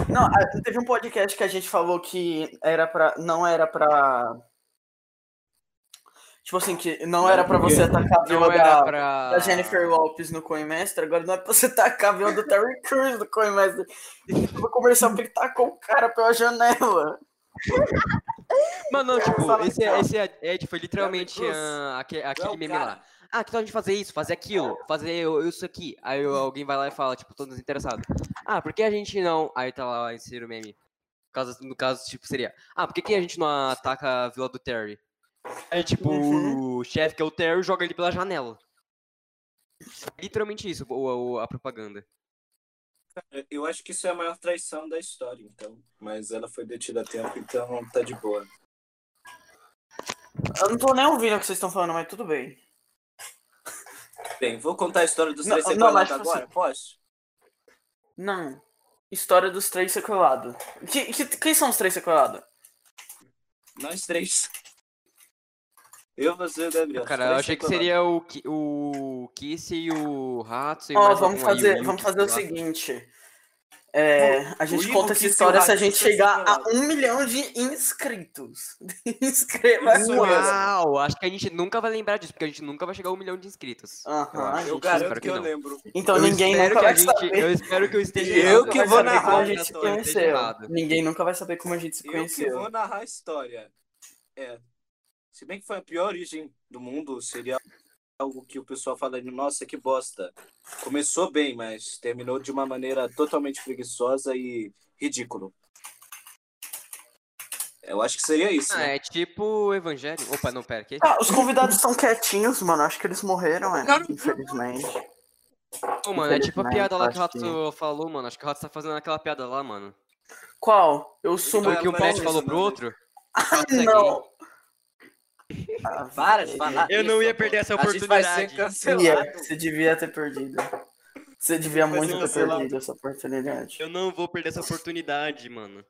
Speaker 3: Não, a- teve um podcast que a gente falou que era pra, não era pra. Tipo assim, que não era pra você atacar a
Speaker 1: Não
Speaker 3: vila
Speaker 1: era
Speaker 3: da,
Speaker 1: pra.
Speaker 3: da Jennifer Lopes no Coinmaster, agora não é pra você tacar a vila do Terry Crews no Coinmaster. Eu vou conversar porque ele tacou o cara pela janela.
Speaker 1: Mano, não, tipo,
Speaker 3: Fala,
Speaker 1: esse,
Speaker 3: cara.
Speaker 1: esse Ed foi literalmente
Speaker 2: Cruz.
Speaker 1: ah, aque-
Speaker 2: Não,
Speaker 1: aquele meme
Speaker 2: cara.
Speaker 1: lá. Ah, que tal a gente fazer isso, fazer aquilo, fazer eu- isso aqui? Aí eu- alguém vai lá e fala, tipo, todos interessados. Ah, por que a gente não. Aí tá lá insere o meme. caso, no caso, tipo, seria. Ah, por que, que a gente não ataca a vila do Terry? Aí, tipo,
Speaker 3: Uhum.
Speaker 1: o chefe que é o Terry joga ele pela janela. Literalmente isso, o, o- a propaganda.
Speaker 2: Eu acho que isso é a maior traição da história, então. Mas ela foi detida a tempo, então tá de boa.
Speaker 3: Eu não tô nem ouvindo o que vocês estão falando, mas tudo bem.
Speaker 2: Bem, vou contar a história dos
Speaker 3: Não,
Speaker 2: três
Speaker 3: não,
Speaker 2: sequelados
Speaker 3: mas, tipo
Speaker 2: agora, posso?
Speaker 3: Não. História dos três sequelados. Que, que- quem são os três sequelados?
Speaker 2: Nós três. Eu, você e o Gabriel. os
Speaker 1: Cara,
Speaker 2: três
Speaker 1: eu achei que
Speaker 2: sequelados.
Speaker 1: seria o, Ki- o Kiss e o Rato. e
Speaker 3: Ó,
Speaker 1: mais
Speaker 3: vamos
Speaker 1: algum aí,
Speaker 3: fazer,
Speaker 1: Yuki,
Speaker 3: vamos fazer o
Speaker 1: sei lá.
Speaker 3: seguinte. É, a gente
Speaker 2: Will,
Speaker 3: conta essa
Speaker 2: que
Speaker 3: história se a
Speaker 2: seu
Speaker 3: gente
Speaker 2: racista
Speaker 3: chegar a
Speaker 2: sequelado.
Speaker 3: um milhão de inscritos. Inscreva-se.
Speaker 2: Isso mesmo.
Speaker 1: Uau, acho que a gente nunca vai lembrar disso, porque a gente nunca vai chegar a um milhão de inscritos.
Speaker 3: Aham,
Speaker 1: acho.
Speaker 2: Eu
Speaker 1: Gente,
Speaker 2: garanto
Speaker 1: espero
Speaker 2: que
Speaker 1: que
Speaker 2: eu
Speaker 1: não.
Speaker 2: lembro.
Speaker 3: Então
Speaker 1: Eu
Speaker 3: ninguém
Speaker 1: espero
Speaker 3: nunca
Speaker 1: que a
Speaker 3: vai
Speaker 1: gente,
Speaker 3: saber.
Speaker 1: Eu espero que eu esteja
Speaker 2: E
Speaker 1: errado.
Speaker 2: eu que
Speaker 1: Vai
Speaker 2: vou
Speaker 1: saber
Speaker 2: narrar
Speaker 1: como
Speaker 3: como a
Speaker 2: essa
Speaker 1: eu
Speaker 3: gente se
Speaker 1: estou, eu esteja
Speaker 3: conheceu.
Speaker 1: errado.
Speaker 3: Ninguém nunca vai saber como a gente se
Speaker 2: Eu que
Speaker 3: conheceu.
Speaker 2: vou narrar a história. É. Se bem que foi a pior origem do mundo, seria algo que o pessoal fala, nossa, que bosta. Começou bem, mas terminou de uma maneira totalmente preguiçosa e ridículo. Eu acho que seria isso,
Speaker 1: Ah,
Speaker 2: né?
Speaker 1: é tipo o Evangelho. Opa, não, pera, que? é
Speaker 3: Ah, os convidados estão quietinhos, mano. Acho que eles morreram, né? Infelizmente.
Speaker 1: Ô, mano, é tipo a
Speaker 3: Infelizmente,
Speaker 1: piada lá
Speaker 3: acho
Speaker 1: que o Rato
Speaker 3: que-
Speaker 1: falou, mano. Acho que o Rato tá fazendo aquela piada lá, mano.
Speaker 3: Qual? Eu sou
Speaker 2: Não,
Speaker 1: Foi
Speaker 2: é,
Speaker 1: o que o
Speaker 2: não
Speaker 1: Pet
Speaker 2: isso,
Speaker 1: falou
Speaker 2: não,
Speaker 1: pro
Speaker 2: né?
Speaker 1: outro.
Speaker 3: Ah,
Speaker 1: Rato é gay.
Speaker 3: não. Ah,
Speaker 2: Para de falar.
Speaker 1: Eu não
Speaker 2: isso,
Speaker 1: ia
Speaker 2: pô.
Speaker 1: perder essa
Speaker 2: A gente vai ser
Speaker 1: oportunidade.
Speaker 2: cancelado.
Speaker 3: é, Você devia ter perdido. Você devia
Speaker 2: Vai ser
Speaker 3: muito ter
Speaker 2: cancelado.
Speaker 3: perdido essa oportunidade.
Speaker 1: Eu não vou perder essa oportunidade, mano.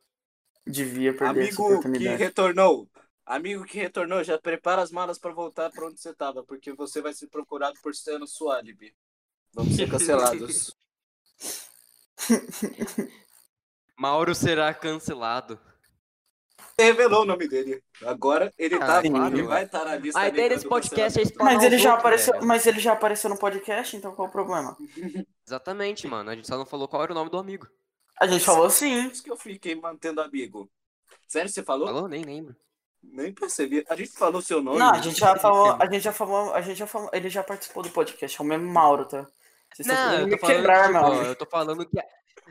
Speaker 3: Devia perder essa
Speaker 2: Amigo que
Speaker 3: oportunidade.
Speaker 2: retornou. Amigo que retornou, já prepara as malas para voltar para onde você estava, porque você vai ser procurado por ser no sua álibi. Vamos ser cancelados.
Speaker 1: Mauro será cancelado.
Speaker 2: Você revelou o nome dele. Agora ele, tá,
Speaker 3: Ah, sim,
Speaker 2: ele
Speaker 1: ué.
Speaker 2: vai estar na lista.
Speaker 3: Ah,
Speaker 1: A ideia
Speaker 2: negando
Speaker 1: desse podcast é explorar
Speaker 3: Mas ele
Speaker 1: os
Speaker 3: já
Speaker 1: outros,
Speaker 3: apareceu,
Speaker 1: velho.
Speaker 3: mas ele já apareceu no podcast, então qual o problema?
Speaker 1: Exatamente, mano. A gente só não falou qual era o nome do amigo.
Speaker 3: A gente falou sim.
Speaker 2: É Por isso que eu fiquei mantendo amigo. Sério, você falou?
Speaker 1: Falou? Nem lembro.
Speaker 2: Nem percebi. A gente falou seu nome.
Speaker 3: Não, a gente já falou, a gente já falou, a gente já falou, ele já participou do podcast, é o mesmo Mauro, tá? Vocês estão
Speaker 1: Não,
Speaker 3: querendo
Speaker 1: eu
Speaker 3: me
Speaker 1: tô falando,
Speaker 3: quebrar,
Speaker 1: tipo,
Speaker 3: Mauro.
Speaker 1: eu tô falando que...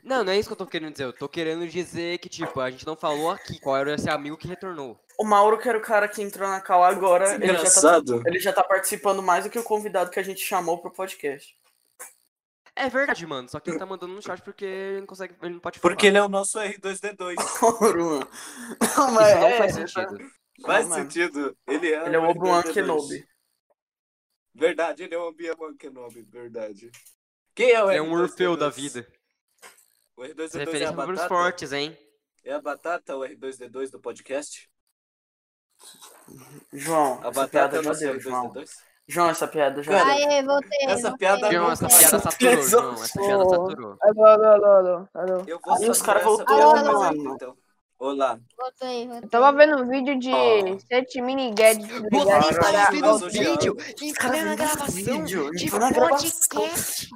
Speaker 1: Não, não é isso que eu tô querendo dizer. Eu tô querendo dizer que, tipo, a gente não falou aqui qual era esse amigo que retornou.
Speaker 3: O Mauro, que era o cara que entrou na cal agora, ele já, tá,
Speaker 2: É Engraçado.
Speaker 3: ele já tá participando mais do que o convidado que a gente chamou pro podcast.
Speaker 1: É verdade, mano. Só que ele tá mandando no chat porque ele não consegue... Ele não pode falar.
Speaker 2: Porque ele é o nosso R2D2.
Speaker 3: Mauro, mano. Não, mas
Speaker 1: Isso não
Speaker 3: é,
Speaker 1: faz
Speaker 3: tá-
Speaker 1: sentido.
Speaker 2: Faz
Speaker 3: mano.
Speaker 2: sentido. Ele é,
Speaker 3: Ele é o Obi-Wan
Speaker 2: R2D2.
Speaker 3: Kenobi.
Speaker 2: Verdade, ele é o Obi-Wan Kenobi, verdade. Quem é o
Speaker 1: Ele é um
Speaker 2: R2D2?
Speaker 1: Orfeu da vida.
Speaker 2: O R2D2 é a
Speaker 1: Referência para os
Speaker 2: batata?
Speaker 1: fortes, hein?
Speaker 2: É a batata o R2D2 do podcast?
Speaker 3: João,
Speaker 2: A
Speaker 3: essa
Speaker 2: batata é
Speaker 3: piada
Speaker 2: o
Speaker 3: já
Speaker 2: nosso
Speaker 3: deu, João.
Speaker 2: R2D2?
Speaker 3: João, essa piada já
Speaker 2: Cara,
Speaker 3: deu.
Speaker 4: Aê, voltei.
Speaker 2: Essa
Speaker 4: voltei,
Speaker 2: piada
Speaker 1: João,
Speaker 4: voltei.
Speaker 1: essa piada saturou, João. Essa piada saturou.
Speaker 5: Alô, alô, alô, alô, alô.
Speaker 2: Eu vou
Speaker 3: Aí os
Speaker 2: saturar
Speaker 3: cara
Speaker 2: essa
Speaker 3: voltou,
Speaker 2: piada,
Speaker 3: mano.
Speaker 2: então. Olá.
Speaker 4: Voltei, voltei.
Speaker 5: Eu tava vendo um vídeo de
Speaker 2: Ó.
Speaker 5: sete mini gadgets
Speaker 1: Você
Speaker 5: ligados
Speaker 1: está
Speaker 5: para
Speaker 2: ouvindo
Speaker 1: ouvindo
Speaker 2: os
Speaker 1: o
Speaker 2: vídeo
Speaker 1: vídeo em plena gravação
Speaker 3: vídeo,
Speaker 1: de
Speaker 3: na gravação.
Speaker 1: podcast.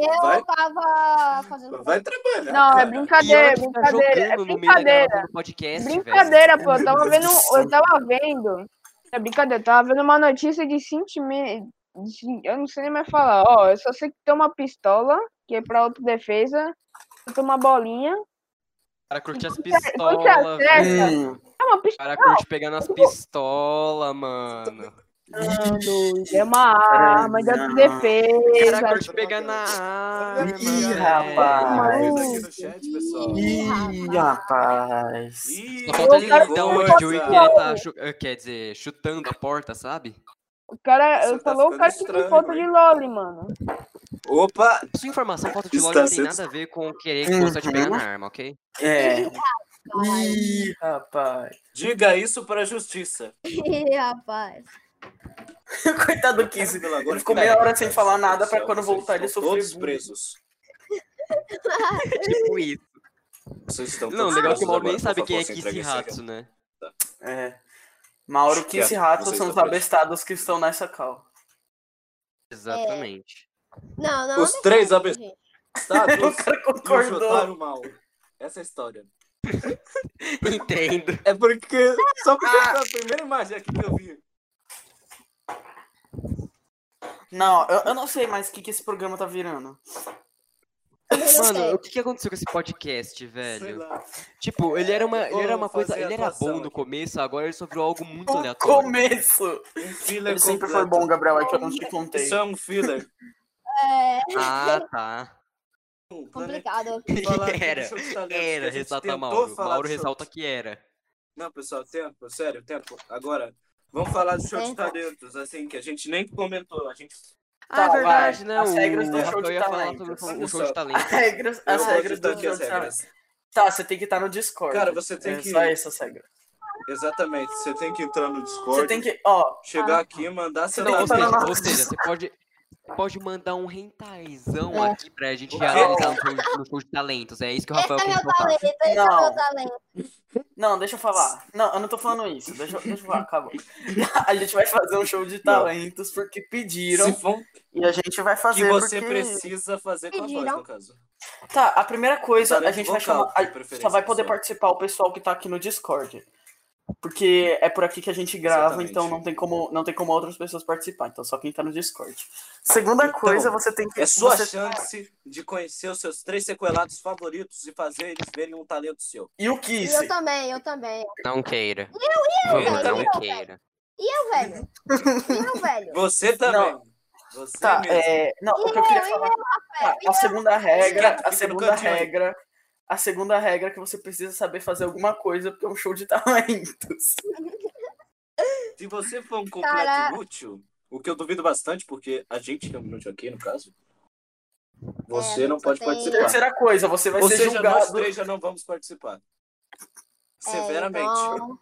Speaker 4: Eu
Speaker 2: Vai.
Speaker 4: tava fazendo.
Speaker 2: Vai trabalhar.
Speaker 5: Não, é
Speaker 2: cara.
Speaker 1: E
Speaker 5: brincadeira,
Speaker 1: ela
Speaker 5: é
Speaker 1: que tá
Speaker 5: brincadeira, é
Speaker 1: jogando no meio da
Speaker 5: brincadeira. é
Speaker 1: gravação do podcast, velho.
Speaker 5: Brincadeira, pô. Eu
Speaker 3: Meu
Speaker 5: tava
Speaker 3: Deus
Speaker 5: vendo.
Speaker 3: do
Speaker 5: Eu tava vendo. É brincadeira, eu tava vendo uma notícia de sentimento. Eu não sei nem mais falar. Ó, eu só sei que tem uma pistola, que é pra autodefesa. Tem uma bolinha.
Speaker 1: Para curtir as
Speaker 5: Quantas
Speaker 1: pistolas,
Speaker 5: vezes?
Speaker 1: velho.
Speaker 3: Hum,
Speaker 5: É uma pistola,
Speaker 1: Cara, curte pegando as pistolas, mano.
Speaker 5: doido. É uma arma de autodefesa.
Speaker 1: Cara, curte pegando a arma,
Speaker 3: Ih,
Speaker 1: velho.
Speaker 3: rapaz.
Speaker 2: Coisa aqui no chat, pessoal.
Speaker 3: Ih, rapaz.
Speaker 2: Ih,
Speaker 1: Só falta ele
Speaker 5: Eu quero-
Speaker 1: dar um
Speaker 5: eu
Speaker 2: coisa.
Speaker 1: Joey que ele tá, chu- eh, quer dizer, chutando a porta, sabe?
Speaker 5: O cara. Eu
Speaker 2: Isso tá
Speaker 5: falou o
Speaker 2: ficando
Speaker 5: cara que tem
Speaker 2: estranho,
Speaker 5: foto de
Speaker 2: hein?
Speaker 5: Loli, mano.
Speaker 2: Opa,
Speaker 1: Sua informação, falta de
Speaker 2: Está
Speaker 1: lore, não tem
Speaker 2: sendo-
Speaker 1: nada a ver com querer que você te pegar na arma, ok?
Speaker 3: É. Ih, rapaz.
Speaker 2: diga isso para a justiça.
Speaker 4: Ih, rapaz.
Speaker 3: Coitado do Kiss. Ele ficou meia hora sem falar nada pra quando voltar ele
Speaker 2: Vocês estão
Speaker 3: sofrer
Speaker 2: Todos
Speaker 3: bullying.
Speaker 2: presos.
Speaker 1: Tipo isso.
Speaker 2: Vocês estão
Speaker 1: Não,
Speaker 2: todos
Speaker 1: legal que
Speaker 2: presos
Speaker 1: o Mauro nem
Speaker 2: agora,
Speaker 1: sabe
Speaker 2: por
Speaker 1: quem é
Speaker 2: favor, se
Speaker 1: Kiss
Speaker 2: entreguem sem
Speaker 1: Ratsu, né?
Speaker 3: É. Mauro, Kiss e
Speaker 2: Quieto,
Speaker 3: Rato
Speaker 2: vocês
Speaker 3: são os
Speaker 2: estão presos.
Speaker 3: abestados que estão nessa cal.
Speaker 1: Exatamente.
Speaker 4: Não, não.
Speaker 2: Os
Speaker 4: não
Speaker 2: três
Speaker 4: sei,
Speaker 2: abe-
Speaker 4: gente.
Speaker 2: Status
Speaker 3: O cara
Speaker 2: e o
Speaker 3: concordou.
Speaker 2: Jotaro mal. Essa é a história.
Speaker 1: Entendo.
Speaker 2: É porque. Só porque
Speaker 3: Ah!
Speaker 2: foi a primeira imagem aqui que eu vi.
Speaker 3: Não, eu, eu não sei mais o que, que esse programa tá virando.
Speaker 1: Mano, o que, que aconteceu com esse podcast,
Speaker 2: Sei
Speaker 1: velho?
Speaker 2: lá.
Speaker 1: Tipo, ele era uma, ele era
Speaker 2: Vou
Speaker 1: uma coisa.
Speaker 2: fazer
Speaker 1: Ele era
Speaker 2: atuação
Speaker 1: bom no
Speaker 2: aqui.
Speaker 1: começo, agora ele só virou algo muito
Speaker 3: No
Speaker 1: aleatório.
Speaker 3: começo.
Speaker 2: Um filler
Speaker 3: Ele sempre foi
Speaker 2: completo.
Speaker 3: bom, Gabriel, é que eu não te contei.
Speaker 2: Isso é um filler.
Speaker 1: Ah, tá.
Speaker 2: Um planeta-
Speaker 4: É, Complicado.
Speaker 2: falar-
Speaker 1: Era,
Speaker 2: deixa eu citar ali, porque
Speaker 1: Era,
Speaker 2: a gente
Speaker 1: ressalta
Speaker 2: tentou
Speaker 1: Mauro.
Speaker 2: falar
Speaker 1: Mauro
Speaker 2: de
Speaker 1: ressalta
Speaker 2: Show-
Speaker 1: que era.
Speaker 2: Não, pessoal, tempo, sério, tempo. Agora, vamos falar do show de talentos, assim, que a gente nem comentou. A gente
Speaker 3: Tá,
Speaker 1: Ah, é verdade,
Speaker 3: vai.
Speaker 1: né?
Speaker 3: As
Speaker 1: o
Speaker 3: regras do tá
Speaker 1: Rafael
Speaker 3: show de
Speaker 1: ia falar
Speaker 3: talentos.
Speaker 1: sobre o show-
Speaker 2: Olha
Speaker 1: o show
Speaker 2: só.
Speaker 1: de
Speaker 3: As
Speaker 1: talentos.
Speaker 3: regras,
Speaker 2: eu
Speaker 3: as
Speaker 2: vou
Speaker 3: regras
Speaker 2: citar
Speaker 3: do
Speaker 2: aqui as
Speaker 3: jogo. sabe?
Speaker 2: regras.
Speaker 3: Tá, você tem que estar no Discord.
Speaker 2: Cara, você tem
Speaker 3: é
Speaker 2: que.
Speaker 3: só essas regras.
Speaker 2: Exatamente, você tem que entrar no
Speaker 3: Você
Speaker 2: Discord,
Speaker 3: tem que, ó,
Speaker 2: chegar aqui, mandar seu
Speaker 1: Não, ou
Speaker 3: tá na
Speaker 1: seja,
Speaker 3: nossa-
Speaker 1: ou seja, você pode. Pode mandar um rentaizão
Speaker 6: É.
Speaker 1: aqui pra gente
Speaker 2: É.
Speaker 1: analisar no show, no show de talentos. É isso que o
Speaker 8: Esse
Speaker 1: Rafael
Speaker 8: é
Speaker 1: quer
Speaker 8: meu
Speaker 1: soltar.
Speaker 8: talento, esse é
Speaker 3: Não.
Speaker 8: meu talento.
Speaker 3: não, deixa eu falar. Não, eu não tô falando isso. Deixa, eu- deixa eu falar, acabou. A gente vai fazer um show de talentos porque
Speaker 2: se
Speaker 3: pediram
Speaker 2: for
Speaker 3: e a gente vai fazer
Speaker 2: que você
Speaker 3: porque...
Speaker 2: precisa fazer com a voz,
Speaker 4: Pediram.
Speaker 2: no caso.
Speaker 3: Tá, a primeira coisa, a
Speaker 2: Talento
Speaker 3: gente vai
Speaker 2: vocal,
Speaker 3: chamar. a-
Speaker 2: de preferência,
Speaker 3: só vai poder
Speaker 2: pessoal.
Speaker 3: participar o pessoal que tá aqui no Discord. Porque é por aqui que a gente grava,
Speaker 2: Exatamente.
Speaker 3: então não tem, como, não tem como outras pessoas participar. Então só quem tá no Discord. Segunda coisa, você tem que.
Speaker 2: Ah, É sua
Speaker 3: você-
Speaker 2: chance de conhecer os seus três sequelados favoritos e fazer eles verem um talento seu.
Speaker 3: E o
Speaker 4: E
Speaker 3: Kiss?
Speaker 4: eu também, eu também.
Speaker 1: Não queira. Eu,
Speaker 4: velho,
Speaker 1: Não
Speaker 4: eu,
Speaker 1: queira.
Speaker 4: Eu, velho. Eu, velho.
Speaker 2: Você também. Você
Speaker 3: Tá,
Speaker 2: mesmo.
Speaker 3: é. Não, o que eu queria falar. Tá, a segunda regra,
Speaker 2: Fica
Speaker 3: a
Speaker 2: no
Speaker 3: segunda
Speaker 2: cantinho aí.
Speaker 3: regra. A segunda regra é que você precisa saber fazer alguma coisa, porque é um show de talentos. é.
Speaker 2: Se você for um completo
Speaker 4: Cara.
Speaker 2: inútil, o que eu duvido bastante, porque a gente que é um inútil aqui, no caso, você
Speaker 4: É,
Speaker 2: não
Speaker 4: você
Speaker 2: pode
Speaker 4: tem-
Speaker 3: Tá.
Speaker 2: participar.
Speaker 3: Terceira coisa, você vai
Speaker 2: Ou
Speaker 3: ser
Speaker 2: seja, nós
Speaker 3: julgado.
Speaker 2: três já não vamos participar.
Speaker 4: É,
Speaker 2: Severamente.
Speaker 4: então-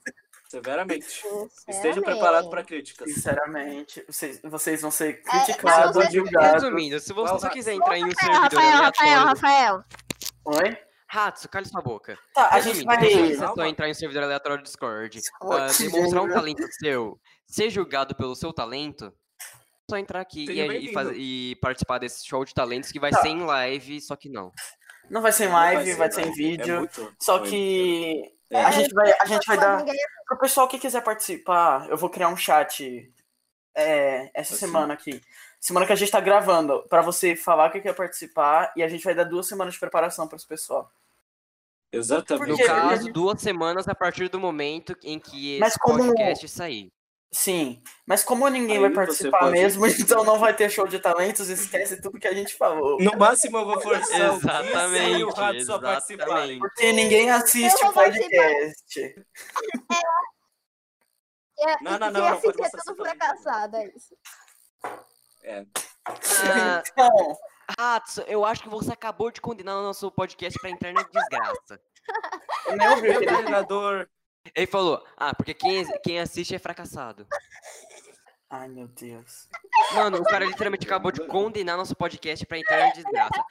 Speaker 2: Severamente. É, Esteja preparado para críticas.
Speaker 3: Sinceramente, vocês, É, vocês vão ser
Speaker 4: não,
Speaker 3: criticados,
Speaker 4: você-
Speaker 3: julgados.
Speaker 1: Resumindo, se você só
Speaker 2: Rafa-
Speaker 1: quiser entrar em um
Speaker 8: Rafael,
Speaker 1: servidor
Speaker 8: Rafael, Rafael,
Speaker 1: aleatório.
Speaker 8: Rafael.
Speaker 3: Oi?
Speaker 1: Ratsu, cale sua boca.
Speaker 3: Tá, a gente
Speaker 1: Resumindo,
Speaker 3: vai.
Speaker 1: se você só
Speaker 2: Calma.
Speaker 1: entrar em um servidor aleatório do Discord
Speaker 3: Calma,
Speaker 1: pra
Speaker 3: que
Speaker 1: demonstrar um
Speaker 3: gênio.
Speaker 1: talento seu, ser julgado pelo seu talento, só entrar aqui
Speaker 2: Seja
Speaker 1: e, e faz-
Speaker 2: bem-vindo.
Speaker 1: e participar desse show de talentos que vai
Speaker 3: Tá.
Speaker 1: ser em live, só que não.
Speaker 3: Não vai ser em
Speaker 2: Não vai
Speaker 3: live,
Speaker 2: ser,
Speaker 3: vai
Speaker 2: não.
Speaker 3: ser em
Speaker 2: É
Speaker 3: vídeo.
Speaker 2: muito
Speaker 3: Só
Speaker 2: ruim.
Speaker 3: que
Speaker 2: É.
Speaker 3: a gente vai, a gente vai dar.
Speaker 4: Ninguém
Speaker 3: Pro pessoal que quiser participar, eu vou criar um chat é, essa
Speaker 2: Assim.
Speaker 3: semana aqui. Semana que a gente tá gravando, pra você falar que quer participar e a gente vai dar duas semanas de preparação pros pessoal.
Speaker 2: Exatamente.
Speaker 1: No
Speaker 3: Porque-
Speaker 1: caso, duas semanas a partir do momento em que
Speaker 3: Mas
Speaker 1: esse
Speaker 3: como-
Speaker 1: podcast sair.
Speaker 3: Sim, mas como ninguém
Speaker 2: Aí
Speaker 3: vai
Speaker 2: você
Speaker 3: participar
Speaker 2: pode-
Speaker 3: mesmo, então não vai ter show de talentos, esquece tudo que a gente falou.
Speaker 2: No máximo eu vou forçar o Kiss e
Speaker 1: Exatamente.
Speaker 2: o Rato só participarem.
Speaker 1: exatamente.
Speaker 3: Porque ninguém assiste
Speaker 4: Eu
Speaker 3: o
Speaker 4: não participar.
Speaker 3: podcast.
Speaker 2: Não, não, não, não
Speaker 4: Quem
Speaker 2: pode
Speaker 4: assistir é
Speaker 2: mostrar seu
Speaker 4: tudo
Speaker 2: talento.
Speaker 4: fracassado, é isso.
Speaker 1: Ah,
Speaker 3: Então,
Speaker 1: Ratsu, eu acho que você acabou de condenar o nosso podcast pra entrar na desgraça.
Speaker 3: eu nem ouvi o que ele
Speaker 2: Treinador.
Speaker 1: Ele falou, ah, porque quem, quem assiste é fracassado.
Speaker 3: Ai, meu Deus.
Speaker 1: Mano, o cara literalmente acabou de condenar nosso podcast pra entrar em desgraça.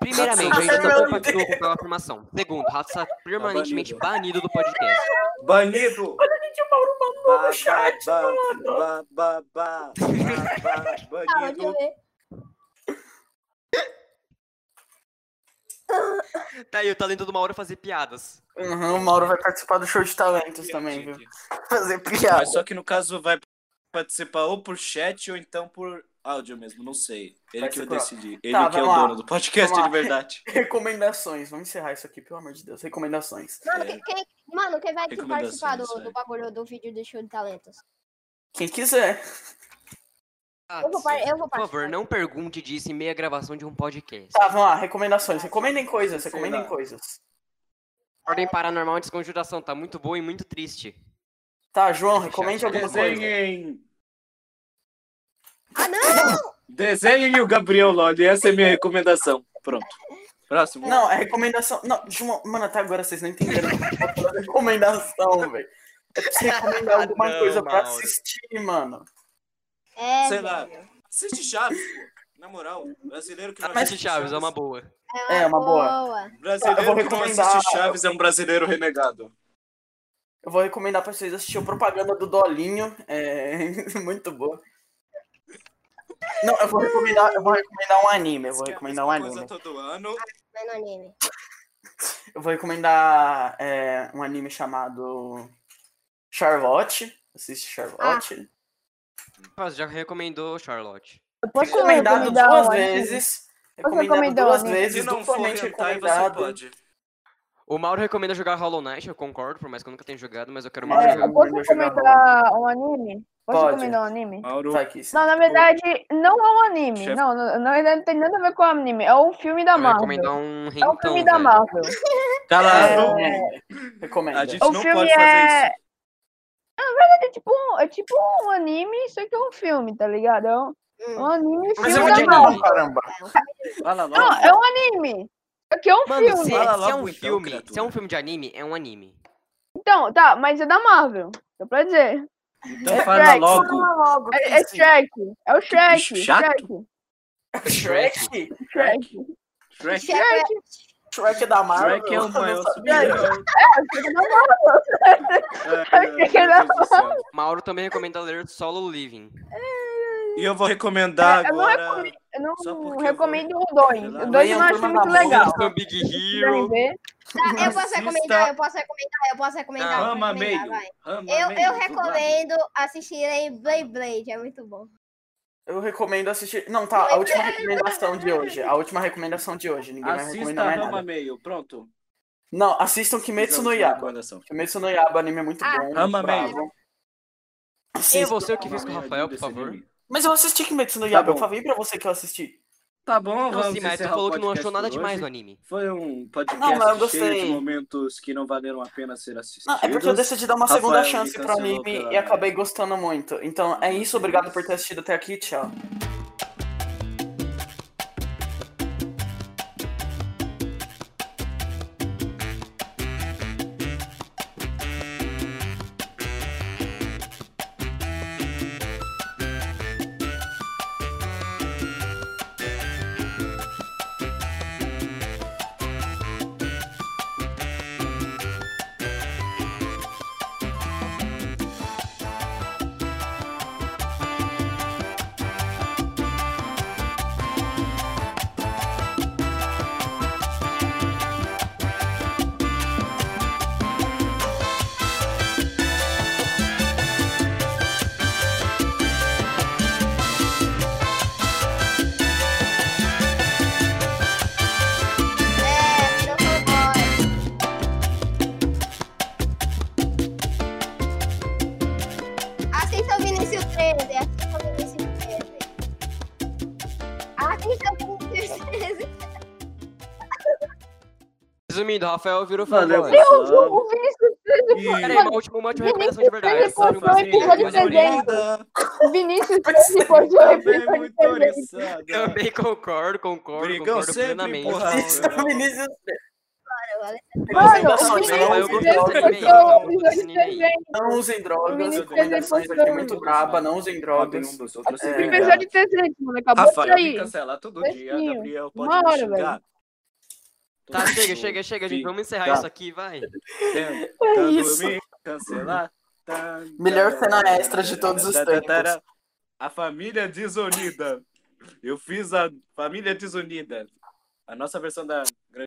Speaker 1: Primeiramente, a
Speaker 2: Ratsu,
Speaker 1: gente
Speaker 3: meu
Speaker 1: não compactua com aquela afirmação. Segundo, Rato está permanentemente banido do podcast.
Speaker 2: Banido.
Speaker 3: Gente, o Mauro mandou
Speaker 2: Ba,
Speaker 3: no chat.
Speaker 2: ba, ba, ba, ba, ba, ba,
Speaker 4: Ah, deixa eu
Speaker 2: banido.
Speaker 4: ver.
Speaker 1: Tá aí, o talento do Mauro é fazer piadas.
Speaker 3: Uhum, o Mauro vai participar do show de talentos também, viu? Fazer piada.
Speaker 2: Mas só que no caso vai participar ou por chat ou então por áudio mesmo, não sei. Ele
Speaker 3: Vai
Speaker 2: que eu
Speaker 3: procurar.
Speaker 2: decidi. Ele
Speaker 3: Tá,
Speaker 2: que é o
Speaker 3: vamos lá.
Speaker 2: dono do podcast
Speaker 3: Vamos
Speaker 2: de
Speaker 3: lá.
Speaker 2: verdade.
Speaker 3: Recomendações. Vamos encerrar isso aqui, pelo amor de Deus. Recomendações.
Speaker 1: É.
Speaker 4: Mano, quem, quem- mano, quem vai aqui
Speaker 2: Recomendações,
Speaker 4: participar do,
Speaker 2: isso aí.
Speaker 4: do bagulho do vídeo do show de talentos?
Speaker 3: Quem quiser.
Speaker 4: Eu vou, par- eu vou
Speaker 1: Ah, Por
Speaker 4: participar.
Speaker 1: favor, não pergunte disso em meia gravação de um podcast.
Speaker 3: Tá, vamos lá. Recomendações. Recomendem coisas.
Speaker 2: Sei
Speaker 3: Recomendem
Speaker 2: lá.
Speaker 3: coisas.
Speaker 1: Ordem Paranormal e Desconjuração tá muito boa e muito triste.
Speaker 3: Tá, João, recomende alguma coisa.
Speaker 2: Desenhem.
Speaker 4: Ah, não!
Speaker 2: Desenhem o Gabriel Lodi. Essa é minha recomendação. Pronto. Próximo.
Speaker 3: Não, é recomendação. Não, João, mano, até agora vocês não entenderam. recomendação, velho. É pra você recomendar alguma
Speaker 1: não,
Speaker 3: coisa pra
Speaker 1: Mauro.
Speaker 3: assistir, mano.
Speaker 4: É,
Speaker 2: Sei lá.
Speaker 4: velho.
Speaker 2: Assiste Chaves, pô. Na moral, brasileiro que não
Speaker 1: Assiste Chaves, é uma boa.
Speaker 3: É, uma boa.
Speaker 2: Brasileiro
Speaker 3: Eu vou
Speaker 2: que não
Speaker 3: recomendar.
Speaker 2: assiste Chaves é um brasileiro renegado.
Speaker 3: Eu vou recomendar pra vocês assistir o Propaganda do Dolinho. É muito boa. Não, eu vou recomendar, eu vou recomendar um anime. Eu
Speaker 2: Isso
Speaker 3: vou
Speaker 2: que é a
Speaker 3: recomendar um
Speaker 2: mesma coisa
Speaker 3: anime.
Speaker 2: todo ano.
Speaker 4: Mas no anime.
Speaker 3: Eu vou recomendar é, um anime chamado Charlotte. Assiste
Speaker 5: Ah,
Speaker 3: Charlotte.
Speaker 1: Mas Já recomendou Charlotte.
Speaker 6: Eu posso
Speaker 3: Recomendado
Speaker 6: recomendar
Speaker 3: duas
Speaker 6: um anime?
Speaker 3: vezes. Recomendado
Speaker 5: recomendou,
Speaker 3: duas
Speaker 5: né?
Speaker 2: Se
Speaker 3: vezes,
Speaker 2: não for
Speaker 3: duplamente
Speaker 2: hentai, você
Speaker 3: recomendado.
Speaker 2: pode.
Speaker 7: O Mauro recomenda jogar Hollow Knight, eu concordo, por mais que eu nunca tenha jogado, mas eu quero muito
Speaker 5: É,
Speaker 7: jogar.
Speaker 5: eu posso
Speaker 3: Vou jogar
Speaker 5: recomendar um anime? Posso
Speaker 3: Pode.
Speaker 5: recomendar um anime?
Speaker 2: Mauro,
Speaker 3: Tá aqui.
Speaker 5: Não, na verdade, não é um anime.
Speaker 2: Chefe.
Speaker 5: Não, não, na verdade não tem nada a ver com anime. É um filme da
Speaker 7: Eu vou
Speaker 5: Marvel.
Speaker 7: recomendar um
Speaker 5: É um
Speaker 7: rentão,
Speaker 5: filme da
Speaker 7: velho.
Speaker 1: então,
Speaker 5: Marvel.
Speaker 4: É.
Speaker 5: é,
Speaker 2: calado.
Speaker 3: Recomenda. Recomenda.
Speaker 2: Tá A gente
Speaker 5: O
Speaker 2: não
Speaker 5: filme
Speaker 2: pode fazer
Speaker 5: é-
Speaker 2: isso.
Speaker 5: É tipo, um- é tipo um anime, só que é um filme, tá ligado? É um,
Speaker 4: Hum.
Speaker 5: um anime e
Speaker 3: Mas
Speaker 5: filme
Speaker 3: é um
Speaker 5: da
Speaker 3: anime,
Speaker 5: Marvel.
Speaker 3: não, caramba.
Speaker 2: Fala logo.
Speaker 5: Não, é um anime. Só que é um
Speaker 7: Mano, se,
Speaker 5: filme.
Speaker 7: se
Speaker 2: Fala
Speaker 7: é
Speaker 2: logo,
Speaker 7: um
Speaker 2: então,
Speaker 7: filme, se é um
Speaker 2: criatura.
Speaker 7: filme de anime, é um anime.
Speaker 5: Então, tá, mas é da Marvel. Dá pra dizer.
Speaker 2: Então
Speaker 5: é
Speaker 2: fala
Speaker 5: Shrek.
Speaker 2: logo.
Speaker 3: logo.
Speaker 5: É, é Shrek. É o Shrek.
Speaker 2: bicho chato.
Speaker 5: Shrek.
Speaker 3: Shrek?
Speaker 5: Shrek.
Speaker 2: Shrek é-
Speaker 5: Shrek.
Speaker 3: Shrek da Marvel?
Speaker 2: Shrek é o maior
Speaker 3: Velho,
Speaker 2: subidão.
Speaker 5: É, Shrek é da
Speaker 7: Mauro também recomenda ler Solo Living.
Speaker 2: E eu vou recomendar
Speaker 5: É, eu não
Speaker 2: agora.
Speaker 5: Eu
Speaker 2: Só
Speaker 5: não
Speaker 2: porque
Speaker 5: recomendo
Speaker 2: eu
Speaker 5: o dois.
Speaker 2: Sei lá.
Speaker 5: O dois
Speaker 3: Leia
Speaker 5: eu
Speaker 3: a
Speaker 5: não acho
Speaker 3: Turma
Speaker 5: muito
Speaker 3: da Mônica.
Speaker 5: legal.
Speaker 7: São Big
Speaker 5: Se
Speaker 7: Hero.
Speaker 5: quiserem ver.
Speaker 4: Tá, eu posso
Speaker 2: Assista.
Speaker 4: recomendar, eu posso recomendar, eu posso recomendar. eu vou
Speaker 2: Rama
Speaker 4: recomendar,
Speaker 2: meio.
Speaker 4: vai.
Speaker 2: Rama
Speaker 4: Eu,
Speaker 2: meio,
Speaker 4: eu
Speaker 2: dublado.
Speaker 4: recomendo assistirem Blade Blade, é muito bom.
Speaker 3: Eu recomendo assistir. Não, tá. A última recomendação de hoje. A última recomendação de hoje. Ninguém vai
Speaker 2: Assista
Speaker 3: recomendar mais
Speaker 2: Rama
Speaker 3: nada.
Speaker 2: Meio, pronto.
Speaker 3: Não, assistam Kimetsu
Speaker 2: Fizemos
Speaker 3: no
Speaker 2: uma
Speaker 3: Yaba.
Speaker 2: recomendação.
Speaker 3: Kimetsu no Yaba, anime é muito
Speaker 4: Ah,
Speaker 3: bom.
Speaker 2: Rama
Speaker 3: muito bravo.
Speaker 7: E
Speaker 3: Assistam.
Speaker 7: é você, o que fez com o
Speaker 2: Rama meio,
Speaker 7: Rafael, por
Speaker 2: desse
Speaker 7: favor?
Speaker 2: anime.
Speaker 3: Mas eu assisti Kimetsu no Yaba.
Speaker 2: Tá bom.
Speaker 3: eu falei pra você que eu assisti.
Speaker 2: Tá bom,
Speaker 7: Não,
Speaker 2: vamos
Speaker 7: sim, mas Então, assim, tu
Speaker 2: encerrar
Speaker 7: falou
Speaker 2: o
Speaker 7: que não
Speaker 2: podcast
Speaker 7: achou nada
Speaker 2: por hoje.
Speaker 7: demais no anime.
Speaker 2: Foi um
Speaker 3: Não, mas eu
Speaker 2: podcast
Speaker 3: gostei.
Speaker 2: cheio de momentos que não valeram a pena ser assistidos.
Speaker 3: Não, é porque eu decidi dar uma
Speaker 2: Rafael
Speaker 3: segunda
Speaker 2: me
Speaker 3: chance pro
Speaker 2: cancelou
Speaker 3: anime
Speaker 2: pela-
Speaker 3: e acabei gostando muito. Então é isso, obrigado por ter assistido até aqui, tchau.
Speaker 4: É, virou fanboy. Assista o Vinícius 13, assista o Vinícius 13. Assista o Vinícius 13.
Speaker 7: Resumindo, Rafael virou
Speaker 2: Valeu,
Speaker 7: fanboy.
Speaker 2: pessoal.
Speaker 5: O Vinícius 13
Speaker 2: E-
Speaker 7: Peraí, uma última, uma última recomendação de verdade.
Speaker 5: Ele
Speaker 7: Sobre
Speaker 5: comprou
Speaker 7: uma-
Speaker 5: um episódio
Speaker 7: uma-
Speaker 5: presente.
Speaker 2: Obrigada.
Speaker 5: O Vinícius Treze pode ser
Speaker 2: Também
Speaker 5: episódio
Speaker 2: muito
Speaker 5: presente.
Speaker 2: oriçada.
Speaker 7: Também concordo, concordo,
Speaker 2: Brigão
Speaker 7: concordo
Speaker 2: sempre,
Speaker 7: plenamente.
Speaker 2: porra.
Speaker 3: Assistam, é Vinícius.
Speaker 5: Mano, o
Speaker 3: Recomendações, não
Speaker 5: Vinícius
Speaker 3: usem
Speaker 5: Treze
Speaker 3: drogas.
Speaker 5: pode ser o episódio
Speaker 7: Ninguém.
Speaker 5: presente.
Speaker 3: Não usem drogas,
Speaker 5: Vinícius
Speaker 3: recomendações
Speaker 5: fez
Speaker 3: aqui
Speaker 5: recomendação.
Speaker 3: muito braba, não usem
Speaker 2: Podem um
Speaker 3: drogas.
Speaker 2: dos outros se
Speaker 3: É.
Speaker 2: vingar.
Speaker 5: Episódio presente, mano. Acabou de
Speaker 2: Rafael me
Speaker 5: sair.
Speaker 2: cancela todo dia,
Speaker 5: Fresquinho.
Speaker 2: Gabriel pode
Speaker 5: Uma
Speaker 2: me
Speaker 5: hora,
Speaker 2: xingar.
Speaker 5: velho.
Speaker 7: Tá, chega, chega, chega, gente. Vamos encerrar
Speaker 2: Tá.
Speaker 7: isso aqui, vai.
Speaker 2: Tentando
Speaker 3: isso.
Speaker 2: me cancelar. Tá,
Speaker 3: Melhor
Speaker 2: tá,
Speaker 3: cena
Speaker 2: tá,
Speaker 3: extra de todos os
Speaker 2: tá, tá, tá,
Speaker 3: tempos.
Speaker 2: tá. A família desunida. Eu fiz a família desunida. A nossa versão da Grande